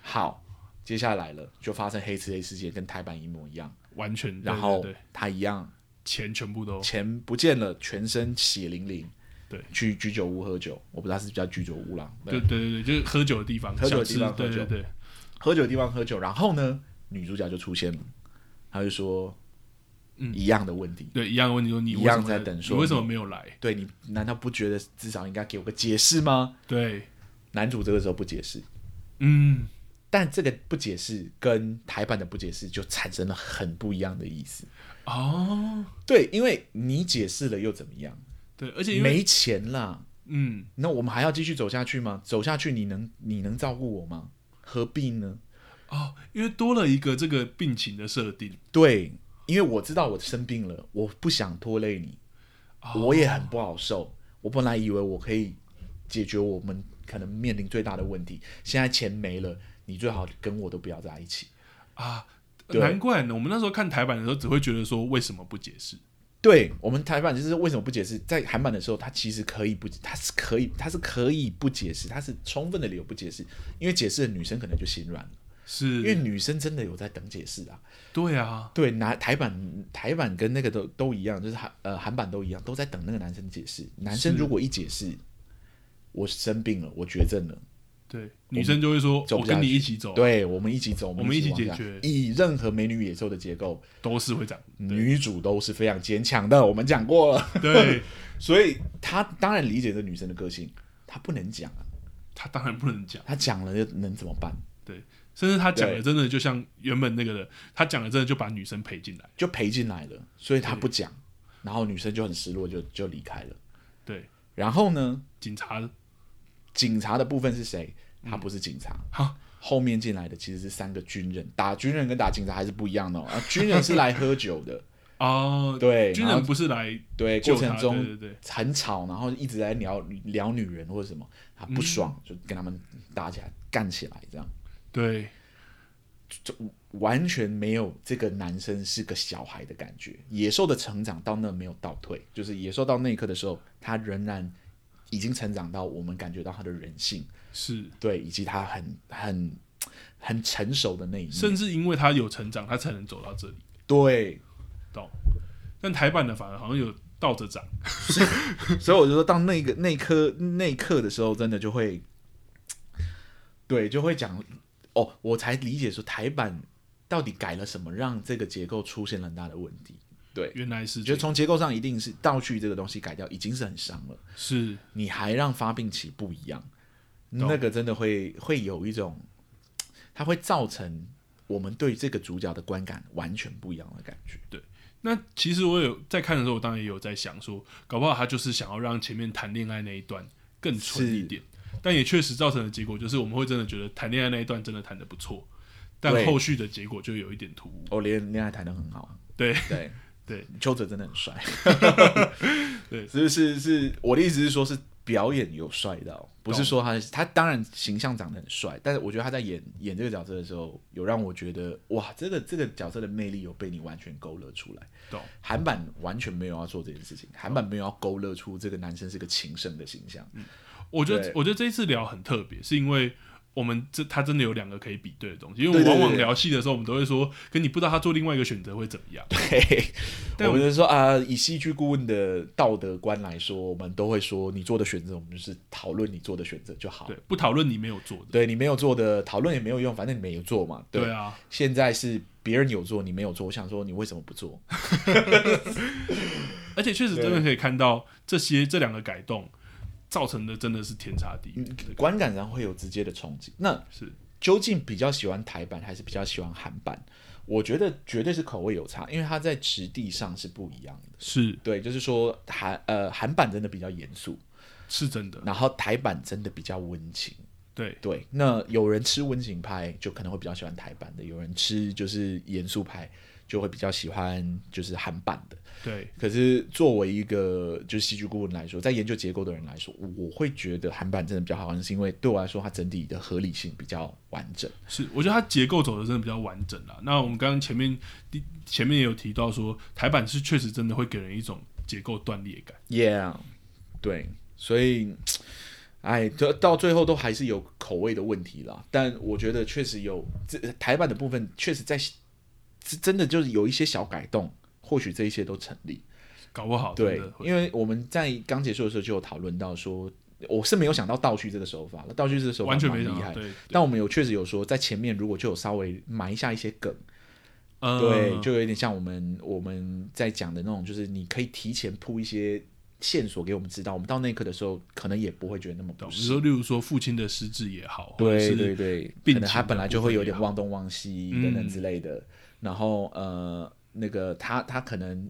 好，接下来了，就发生黑吃黑事件，跟台版一模一样。
完全。
然后
对对对
他一样
钱全部都
钱不见了，全身血淋淋。
对，
去居酒屋喝酒，我不知道是不是叫居酒屋啦。
对
对，
对对对，就是喝酒的地方，
喝酒的
小
地
吃
方
对
喝
对
酒
对，
喝酒的地方喝酒，然后呢，女主角就出现了，她就说，
嗯
一样的问题。
对一样的问题说你
一
为
样
什么
在等说
你为什么没有来？
对你难道不觉得至少应该给我个解释吗？
对，
男主这个时候不解释，
嗯，
但这个不解释跟台版的不解释就产生了很不一样的意思。
哦，
对，因为你解释了又怎么样？
对，而且因为
没钱啦，
嗯，
那我们还要继续走下去吗？走下去你能你能照顾我吗？何必呢？
哦，因为多了一个这个病情的设定，
对，因为我知道我生病了，我不想拖累你，我也很不好受。我本来以为我可以解决我们可能面临最大的问题，现在钱没了，你最好跟我都不要在一起。
啊，
对
难怪呢。我们那时候看台版的时候，只会觉得说为什么不解释？
对我们台版就是为什么不解释，在韩版的时候，他其实可以不，他是可以，他是可以不解释，他是充分的理由不解释，因为解释的女生可能就心软了，因为
是，
女生真的有在等解释啊。
对啊，
对，拿台版台版跟那个都都一样，就是韩呃韩版都一样，都在等那个男生解释。男生
是
如果一解释，我生病了，我绝症了，
对，女生就会说，
走
我
不下
跟你
去
一起走，啊
对我们一起走，
哦我
我
们一起
往
解
下
决
以任何美女野兽的结构，
都是 会长，
女主都是非常坚强的，我们讲过了，
对。
所以他当然理解这女生的个性，他不能讲啊，
他当然不能讲，
他讲了又能怎么办？
甚至他讲的
对
真的就像原本那个的，他讲的真的就把女生陪进来。
就赔进来了，所以他不讲，然后女生就很失落，就就离开了。
对，
然后呢，
警察
警察的部分是谁？他不是警察，
嗯哈
后面进来的其实是三个军人，打军人跟打警察还是不一样的、哦、 啊。军人是来喝酒的，
哦，
对
军
然
人
后
不是来
对，
救
过
他，
程
对
中
对对，
很吵，然后一直在聊聊女人或者什么，他不
嗯
爽、就跟他们打起来，干起来，这样
对
完全没有这个男生是个小孩的感觉。野兽的成长到那没有倒退，就是野兽到那一刻的时候，他仍然已经成长到我们感觉到他的人性，
是，
对，以及他很很很成熟的那一面。
甚至因为他有成长，他才能走到这里。
对，
懂？但台版的反而好像有倒着长。
所以我就说到那个那一刻那一刻的时候，真的就会，对，就会讲哦，我才理解说台版到底改了什么，让这个结构出现了很大的问题。对，
原来是
我觉
这
得
样，
从结构上一定是倒叙这个东西改掉已经是很伤了，
是
你还让发病期不一样，那个真的会会有一种，它会造成我们对这个主角的观感完全不一样的感觉。
那其实我有在看的时候，我当然也有在想说，搞不好他就是想要让前面谈恋爱那一段更纯一点，但也确实造成的结果就是我们会真的觉得谈恋爱那一段真的谈的不错，但
对
后续的结果就有一点突兀。
哦，恋恋爱谈的很好，啊
对
对
对，
邱泽真的很帅，
对
是是是，我的意思是说，是表演有帅到，不是
懂
说他他当然形象长得很帅，但是我觉得他在演演这个角色的时候，有让我觉得哇，这个这个角色的魅力有被你完全勾勒出来。
懂
韩版完全没有要做这件事情，韩版没有要勾勒出这个男生是个情圣的形象。
我觉得
对
我觉得这一次聊很特别，是因为。我们这他真的有两个可以比对的东西，因为
对对
往
对
往
对
聊戏的时候，我们都会说，可你不知道他做另外一个选择会怎么样。
对，
但
我们就说啊、以戏剧顾问的道德观来说，我们都会说你做的选择，我们就是讨论你做的选择就好
对。，不讨论你没有做的。
对你没有做的讨论也没有用，反正你没有做嘛。对
对啊，
现在是别人有做，你没有做，我想说你为什么不 做？
而且确实真的可以看到这些这两个改动造成的真的是天差地别。
观感上会有直接的冲击。那
是
究竟比较喜欢台版还是比较喜欢韩版？我觉得绝对是口味有差，因为它在质地上是不一样的。
是
对，就是说韩呃韩版真的比较严肃，
是真的，
然后台版真的比较温情。
对，
对，那有人吃温情派就可能会比较喜欢台版的，有人吃就是严肃派就会比较喜欢就是韩版的。
对，
可是作为一个就是戏剧顾问来说，在研究结构的人来说，我会觉得韩版真的比较好玩，是因为对我来说，它整体的合理性比较完整。
是，我觉得它结构走的真的比较完整啦。那我们刚刚前面第前面也有提到说，台版是确实真的会给人一种结构断裂感。
Yeah，对，所以，哎，这到最后都还是有口味的问题啦。但我觉得确实有这台版的部分，确实在这真的就是有一些小改动，或许这一些都成立。
搞不好哦真
对
的，会
因为我们在刚结束的时候就有讨论到说，我是没有想到倒叙这个手法了，倒叙这个手法
完全
蛮
没
厉
想
害
到，。对，
但我们有确实有说，在前面如果就有稍微埋下一些梗，
呃
对，就有点像我们我们在讲的那种，就是你可以提前铺一些线索给我们知道，我们到那一刻的时候，可能也不会觉得那么
懂。
不
你
适。
说，例如说父亲的失智也好，或者
对
是
对对，
病
可能他
情的
本来就
部分
会有
也
点
好
忘东忘西
嗯
等等之类的，然后呃，那个他他可能。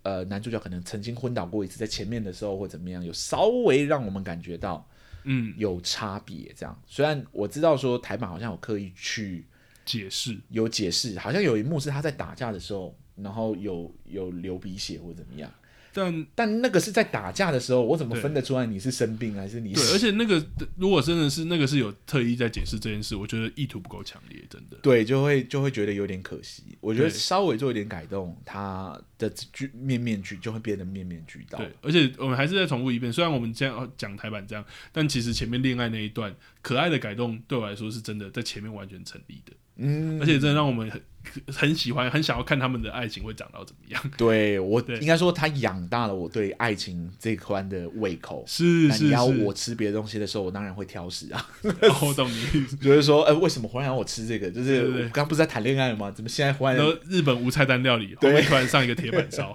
呃，男主角可能曾经昏倒过一次，在前面的时候或怎么样，有稍微让我们感觉到
嗯
有差别。这样，虽然我知道说台版好像有刻意去
解释，
有解释，好像有一幕是他在打架的时候，然后有有流鼻血或怎么样，
但
但那个是在打架的时候，我怎么
对
分得出来你是生病还是你
对，
是？
而且那个如果真的是那个是有特意在解释这件事，我觉得意图不够强烈，真的。
对，就会就会觉得有点可惜。我觉得
对
稍微做一点改动，它的剧面面俱就会变得面面俱到。
对，而且我们还是再重复一遍，虽然我们这样哦讲台版这样，但其实前面恋爱那一段可爱的改动，对我来说是真的在前面完全成立的，
嗯，
而且真的让我们很很喜欢，很想要看他们的爱情会长到怎么样。
对我
对
应该说，它养大了我对爱情这关的胃口。
是
那
是
你
是，
要我吃别的东西的时候，我当然会挑食啊。
哦我懂你意思。
就是说，呃，为什么忽然让我吃这个？就
对
是
对对
我刚不是在谈恋爱吗？怎么现在忽然
然后日本无菜单料理后面突然上一个铁 板烧，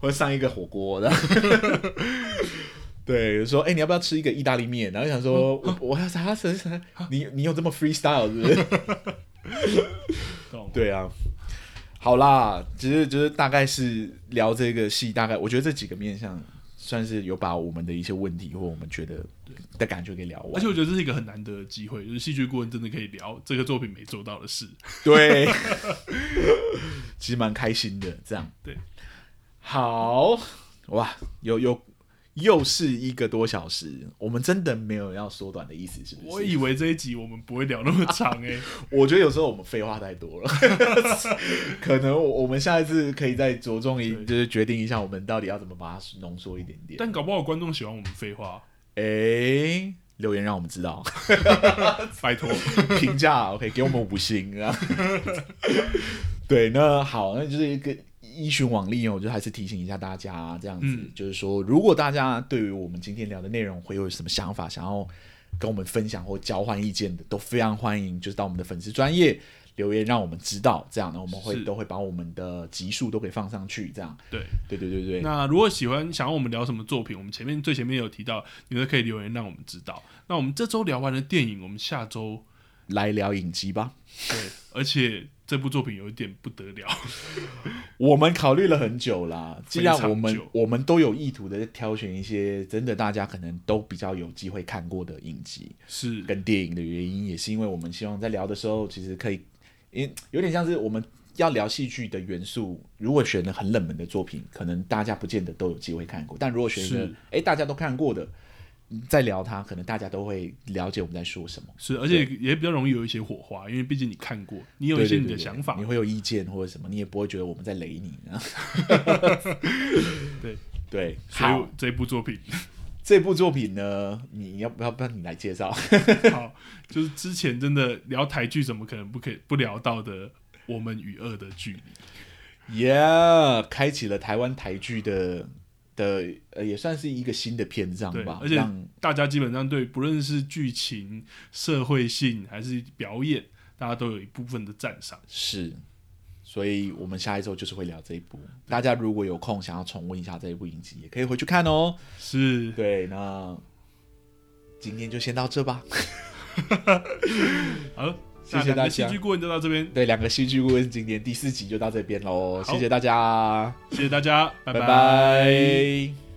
或者上一个火锅的。 对，说哎、你要不要吃一个意大利面？然后想说，
嗯
我我要啥 啥啥？你你有这么 freestyle 是不是？
懂？
对啊，好啦，只是只是大概是聊这个戏，大概我觉得这几个面向算是有把我们的一些问题或我们觉得的感觉给聊
而
完
且。我觉得这是一个很难得的机会，就是戏剧顾问真的可以聊这个作品没做到的事。
对， 其实蛮开心的，这样
对。
好哇，有有又是一个多小时，我们真的没有要缩短的意思，是不是？
我以为这一集我们不会聊那么长欸诶、
我觉得有时候我们废话太多了， 可能我我们下一次可以再着重一，
对
就是决定一下我们到底要怎么把它浓缩一点点。
但搞不好观众喜欢我们废话，
哎、留言让我们知道，
拜托。
评 价 OK，给我们五星啊。对，那好，那就是一个。依循往例哦，我就还是提醒一下大家，这样子、
嗯
就是说，如果大家对于我们今天聊的内容会有什么想法，想要跟我们分享或交换意见的，都非常欢迎，就是到我们的粉丝专业留言，让我们知道，这样呢，我们会
是
都会把我们的集数都给放上去，这样，
对，
对对对对，
那如果喜欢想要我们聊什么作品，我们前面最前面有提到，你都可以留言让我们知道。那我们这周聊完了电影，我们下周
来聊影集吧。
对，而且这部作品有一点不得 了，
我们考虑了很久啦，既然
非常
我们
久
我们都有意图的挑选一些真的大家可能都比较有机会看过的影集
是
跟电影的原因，也是因为我们希望在聊的时候，其实可以，因有点像是我们要聊戏剧的元素，如果选了很冷门的作品，可能大家不见得都有机会看过，但如果选一个
是
哎大家都看过的，嗯再聊它，可能大家都会了解我们在说什么。
是，而且也比较容易有一些火花，因为毕竟你看过，你有一
对
些
对
你
对
的
对
想法
你。会有意见或者什么，你也不会觉得我们在雷你啊。
对
对，
所
好
以。这部作品，
这部作品呢，你要不要不要你来介绍？
好，就是之前真的聊台剧，怎么可能不可以不聊到的《我们与恶的距离》？
yeah,，开启了台湾台剧的的呃，也算是一个新的篇章
对
吧，。
而且
让
大家基本上对不论是剧情、社会性还是表演，大家都有一部分的赞赏。
是，所以我们下一周就是会聊这一部。大家如果有空想要重温一下这一部影集，也可以回去看哦。
是，
对，那今天就先到这吧。
好了，
谢
那
谢
两
大
个
家
戏剧顾问就到这边，
对，两个戏剧顾问今天第四集就到这边喽，
好
谢谢大家，
谢谢大家，拜
拜拜